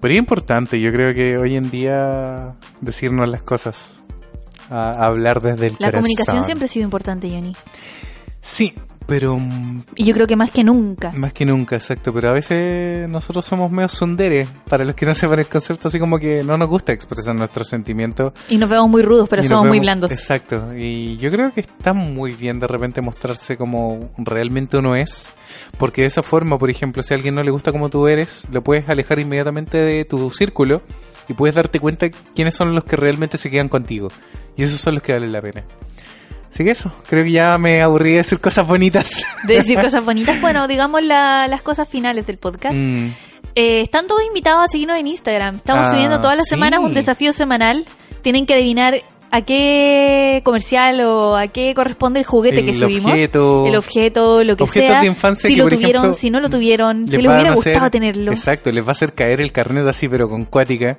[SPEAKER 2] pero es importante, yo creo que hoy en día decirnos las cosas, a- a hablar desde el
[SPEAKER 3] La
[SPEAKER 2] corazón.
[SPEAKER 3] comunicación siempre ha sido importante, Johnny.
[SPEAKER 2] Sí, pero mm,
[SPEAKER 3] Y yo creo que más que nunca.
[SPEAKER 2] más que nunca, exacto. Pero a veces nosotros somos medio sunderes, para los que no sepan el concepto, así como que no nos gusta expresar nuestros sentimientos.
[SPEAKER 3] Y nos vemos muy rudos, pero
[SPEAKER 2] Y nos
[SPEAKER 3] somos muy
[SPEAKER 2] vemos-
[SPEAKER 3] blandos.
[SPEAKER 2] Exacto. Y yo creo que está muy bien de repente mostrarse como realmente uno es. Porque de esa forma, por ejemplo, si a alguien no le gusta como tú eres, lo puedes alejar inmediatamente de tu círculo y puedes darte cuenta quiénes son los que realmente se quedan contigo. Y esos son los que valen la pena. Así que eso, creo que ya me aburrí de decir cosas
[SPEAKER 3] (laughs)
[SPEAKER 2] bonitas.
[SPEAKER 3] (laughs) De decir cosas bonitas. Bueno, digamos la- las cosas finales del podcast.
[SPEAKER 2] Mm,
[SPEAKER 3] Eh, están todos invitados a seguirnos en Instagram. Estamos
[SPEAKER 2] Ah,
[SPEAKER 3] subiendo todas las
[SPEAKER 2] sí.
[SPEAKER 3] semanas un desafío semanal. Tienen que adivinar a qué comercial o a qué corresponde el juguete
[SPEAKER 2] El
[SPEAKER 3] que subimos.
[SPEAKER 2] objeto.
[SPEAKER 3] el objeto, lo que
[SPEAKER 2] Objetos
[SPEAKER 3] sea.
[SPEAKER 2] de infancia
[SPEAKER 3] si
[SPEAKER 2] que,
[SPEAKER 3] lo
[SPEAKER 2] por
[SPEAKER 3] tuvieron,
[SPEAKER 2] ejemplo,
[SPEAKER 3] si no lo tuvieron, si
[SPEAKER 2] les
[SPEAKER 3] les
[SPEAKER 2] van
[SPEAKER 3] hubiera
[SPEAKER 2] a hacer-
[SPEAKER 3] gustado tenerlo.
[SPEAKER 2] Exacto, les va a hacer caer el carnet así, pero con cuática.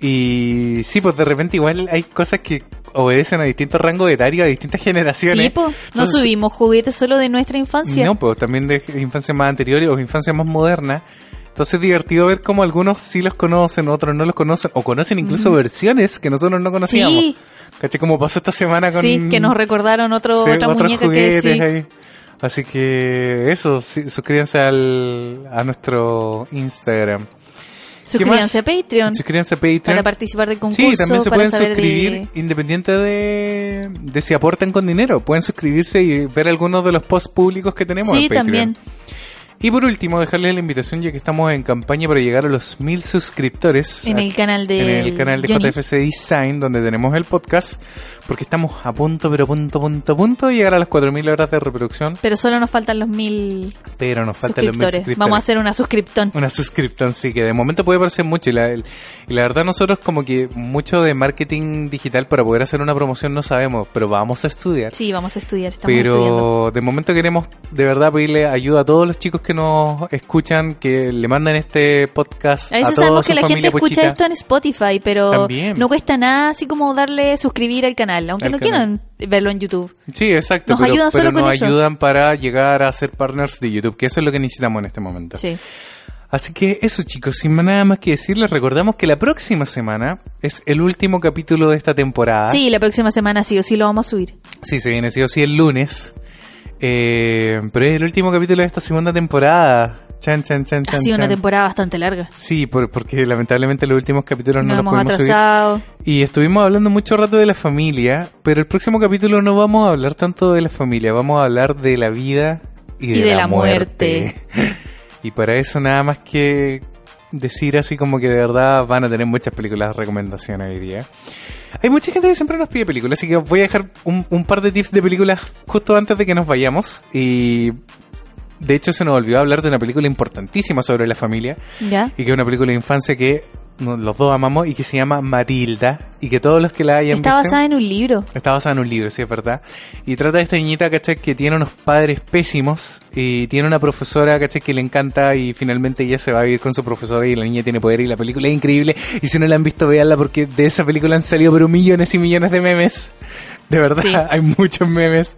[SPEAKER 2] Y sí, pues de repente igual hay cosas que obedecen a distintos rangos etarios, a distintas generaciones.
[SPEAKER 3] Sí, po. no
[SPEAKER 2] Entonces,
[SPEAKER 3] subimos juguetes solo de nuestra infancia.
[SPEAKER 2] No, pues también de infancia más anteriores o infancia más moderna. Entonces es divertido ver cómo algunos sí los conocen, otros no los conocen, o conocen incluso versiones que nosotros no conocíamos.
[SPEAKER 3] Sí.
[SPEAKER 2] ¿Caché? Como pasó esta semana con...
[SPEAKER 3] Sí, que nos recordaron otro,
[SPEAKER 2] Sí,
[SPEAKER 3] otra
[SPEAKER 2] otros
[SPEAKER 3] muñeca que sí.
[SPEAKER 2] juguetes eh, ahí. Así que eso, sí, suscríbanse al, a nuestro Instagram.
[SPEAKER 3] Suscríbanse a
[SPEAKER 2] ¿Qué más?
[SPEAKER 3] Patreon
[SPEAKER 2] Suscríbanse a Patreon.
[SPEAKER 3] para participar del concurso.
[SPEAKER 2] Sí, también se
[SPEAKER 3] para
[SPEAKER 2] pueden
[SPEAKER 3] saber
[SPEAKER 2] suscribir
[SPEAKER 3] de-
[SPEAKER 2] independiente de, de si aportan con dinero. Pueden suscribirse y ver algunos de los posts públicos que tenemos en
[SPEAKER 3] Sí,
[SPEAKER 2] Patreon.
[SPEAKER 3] también.
[SPEAKER 2] Y por último, dejarles la invitación ya que estamos en campaña para llegar a los mil suscriptores.
[SPEAKER 3] En el
[SPEAKER 2] aquí-
[SPEAKER 3] canal de
[SPEAKER 2] en el canal de
[SPEAKER 3] Johnny.
[SPEAKER 2] JFC Design, donde tenemos el podcast, porque estamos a punto, pero punto, punto, punto de llegar a las 4.000 horas de reproducción,
[SPEAKER 3] Pero solo nos faltan los mil
[SPEAKER 2] pero nos faltan los mil
[SPEAKER 3] suscriptores.
[SPEAKER 2] suscriptores.
[SPEAKER 3] Vamos a hacer una suscriptón.
[SPEAKER 2] Una suscripción, sí, que de momento puede parecer mucho. Y la, el- y la verdad, nosotros, como que mucho de marketing digital para poder hacer una promoción no sabemos, pero vamos a estudiar.
[SPEAKER 3] Sí, vamos a estudiar. Estamos
[SPEAKER 2] pero
[SPEAKER 3] estudiando.
[SPEAKER 2] de momento queremos de verdad pedirle ayuda a todos los chicos que nos escuchan, que le mandan este podcast.
[SPEAKER 3] A
[SPEAKER 2] todos
[SPEAKER 3] veces sabemos que
[SPEAKER 2] su
[SPEAKER 3] la gente
[SPEAKER 2] familia
[SPEAKER 3] escucha
[SPEAKER 2] pochita.
[SPEAKER 3] esto en Spotify, pero
[SPEAKER 2] También.
[SPEAKER 3] no cuesta nada así como darle suscribir al canal, aunque
[SPEAKER 2] Al
[SPEAKER 3] no
[SPEAKER 2] canal.
[SPEAKER 3] quieran verlo en YouTube.
[SPEAKER 2] Sí, exacto,
[SPEAKER 3] Nos
[SPEAKER 2] pero,
[SPEAKER 3] ayudan
[SPEAKER 2] pero
[SPEAKER 3] solo con
[SPEAKER 2] nos
[SPEAKER 3] eso.
[SPEAKER 2] ayudan para llegar a ser partners de YouTube, que eso es lo que necesitamos en este momento.
[SPEAKER 3] Sí.
[SPEAKER 2] Así que eso chicos, sin nada más que decir, les recordamos que la próxima semana es el último capítulo de esta temporada.
[SPEAKER 3] Sí, la próxima semana sí o sí lo vamos a subir.
[SPEAKER 2] Sí, se viene sí o sí el lunes. Eh, pero es el último capítulo de esta segunda temporada. Chan, chan, chan,
[SPEAKER 3] Ha
[SPEAKER 2] chan.
[SPEAKER 3] sido una
[SPEAKER 2] chan.
[SPEAKER 3] temporada bastante larga.
[SPEAKER 2] Sí, por- porque lamentablemente los últimos capítulos no
[SPEAKER 3] Nos
[SPEAKER 2] los
[SPEAKER 3] hemos
[SPEAKER 2] pudimos subir.
[SPEAKER 3] atrasado.
[SPEAKER 2] Y estuvimos hablando mucho rato de la familia, pero el próximo capítulo no vamos a hablar tanto de la familia, vamos a hablar de la vida y de, la, muerte. (laughs) y para eso nada más que decir así como que de verdad van a tener muchas películas de recomendación hoy día. Hay mucha gente que siempre nos pide películas, así que voy a dejar un, un par de tips de películas justo antes de que nos vayamos. Y de hecho se nos olvidó hablar de una película importantísima sobre la familia,
[SPEAKER 3] ¿Ya?
[SPEAKER 2] y que es una película de infancia que no- los dos amamos y que se llama Matilda y que todos los que la hayan visto
[SPEAKER 3] Está
[SPEAKER 2] Este
[SPEAKER 3] basada en un libro.
[SPEAKER 2] está basada en un libro, sí es verdad. Y trata de esta niñita, ¿cachai? Que tiene unos padres pésimos y tiene una profesora, ¿cachai? Que le encanta y finalmente ella se va a vivir con su profesora y la niña tiene poder y la película es increíble. Y si no la han visto, véanla porque de esa película han salido pero millones y millones de memes. De verdad,
[SPEAKER 3] Sí.
[SPEAKER 2] (laughs) hay muchos memes.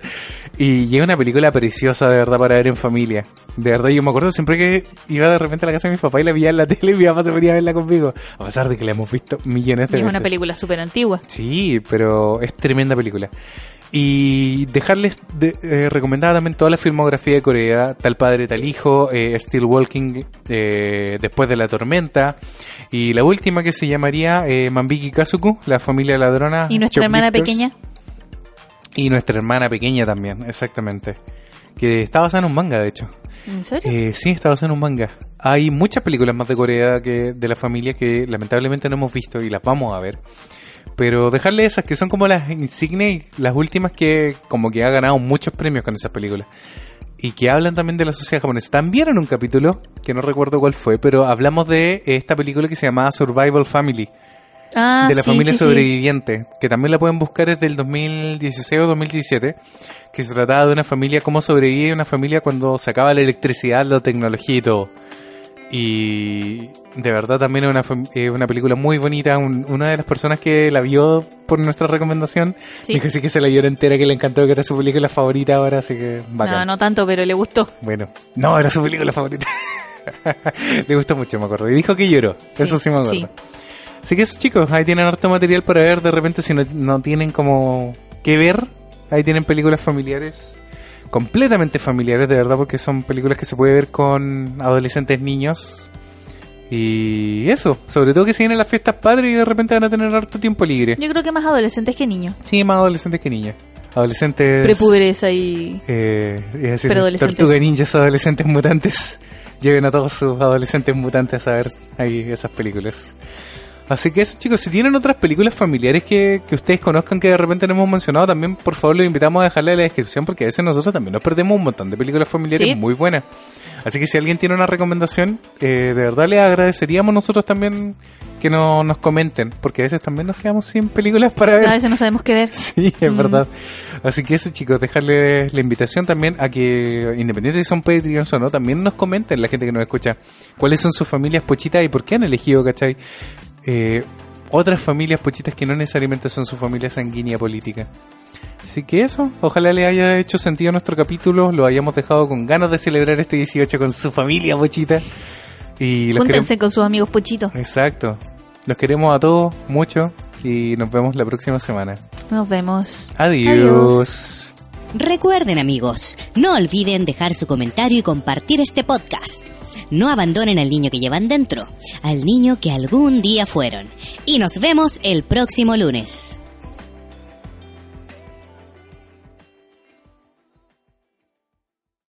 [SPEAKER 2] Y es una película preciosa, de verdad, para ver en familia. De verdad, yo me acuerdo siempre que iba de repente a la casa de mi papá y la veía en la tele y mi papá se ponía a verla conmigo. A pesar de que la hemos visto millones
[SPEAKER 3] Y
[SPEAKER 2] de
[SPEAKER 3] es
[SPEAKER 2] veces.
[SPEAKER 3] una película súper antigua.
[SPEAKER 2] Sí, pero es tremenda película. Y dejarles de- eh, recomendada también toda la filmografía de Corea, Tal Padre, Tal Hijo, eh, Still Walking, eh, Después de la Tormenta, y la última que se llamaría eh, Mambiki Kazuku, La Familia Ladrona.
[SPEAKER 3] Y nuestra hermana
[SPEAKER 2] Shoplifters.
[SPEAKER 3] pequeña.
[SPEAKER 2] Y nuestra hermana pequeña también, exactamente. Que está basada en un manga, de hecho.
[SPEAKER 3] ¿En serio?
[SPEAKER 2] Eh, sí, está basado en un manga. Hay muchas películas más de Corea que de la familia que lamentablemente no hemos visto y las vamos a ver. Pero dejarle esas que son como las insignias y las últimas que como que ha ganado muchos premios con esas películas. Y que hablan también de la sociedad japonesa. También en un capítulo, que no recuerdo cuál fue, pero hablamos de esta película que se llamaba Survival Family,
[SPEAKER 3] ah,
[SPEAKER 2] de la
[SPEAKER 3] sí,
[SPEAKER 2] familia
[SPEAKER 3] sí, sí.
[SPEAKER 2] sobreviviente, que también la pueden buscar es del 2016 o 2017, que se trataba de una familia, cómo sobrevive una familia cuando se acaba la electricidad, la tecnología y todo. Y de verdad también es una, fam- es una película muy bonita. Un- una de las personas que la vio por nuestra recomendación
[SPEAKER 3] Sí.
[SPEAKER 2] dijo sí que se la vio entera, que le encantó, que era su película favorita ahora, así que bacán.
[SPEAKER 3] No, no tanto, pero le gustó.
[SPEAKER 2] Bueno, no, era su película favorita. (laughs) Le gustó mucho, me acuerdo. Y dijo que lloró.
[SPEAKER 3] Sí,
[SPEAKER 2] eso sí me acuerdo.
[SPEAKER 3] sí.
[SPEAKER 2] Así que eso, chicos, ahí tienen harto material para ver. De repente, si no, no tienen como que ver, ahí tienen películas familiares. Completamente familiares, de verdad, porque son películas que se puede ver con adolescentes, niños. Y eso, sobre todo que se vienen las fiestas padres y de repente van a tener harto tiempo libre.
[SPEAKER 3] Yo creo que más adolescentes que niños.
[SPEAKER 2] Sí, más adolescentes que niñas. Adolescentes.
[SPEAKER 3] Prepubereza y...
[SPEAKER 2] Eh, es decir,
[SPEAKER 3] Preadolescentes.
[SPEAKER 2] Tortuga Ninjas Adolescentes Mutantes. Lleven a todos sus adolescentes mutantes a ver ahí esas películas. Así que eso, chicos, si tienen otras películas familiares que, que ustedes conozcan que de repente no hemos mencionado, también por favor los invitamos a dejarla en la descripción porque a veces nosotros también nos perdemos un montón de películas familiares
[SPEAKER 3] Sí.
[SPEAKER 2] muy buenas. Así que si alguien tiene una recomendación, eh, de verdad les agradeceríamos nosotros también que no, nos comenten, porque a veces también nos quedamos sin películas para ver.
[SPEAKER 3] A veces no sabemos qué ver.
[SPEAKER 2] Sí, es verdad. Así que eso, chicos, dejarles la invitación también a que, independiente si son Patreons o no, también nos comenten la gente que nos escucha cuáles son sus familias pochitas y por qué han elegido, ¿cachai? Eh, otras familias pochitas que no necesariamente son su familia sanguínea política. Así que eso, ojalá les haya hecho sentido nuestro capítulo, lo hayamos dejado con ganas de celebrar este 18 con su familia pochita. Y los queremos.
[SPEAKER 3] Júntense con sus amigos pochitos.
[SPEAKER 2] Exacto. Los queremos a todos mucho y nos vemos la próxima semana.
[SPEAKER 3] Nos vemos.
[SPEAKER 2] Adiós.
[SPEAKER 1] Recuerden amigos, no olviden dejar su comentario y compartir este podcast. No abandonen al niño que llevan dentro, al niño que algún día fueron. Y nos vemos el próximo lunes.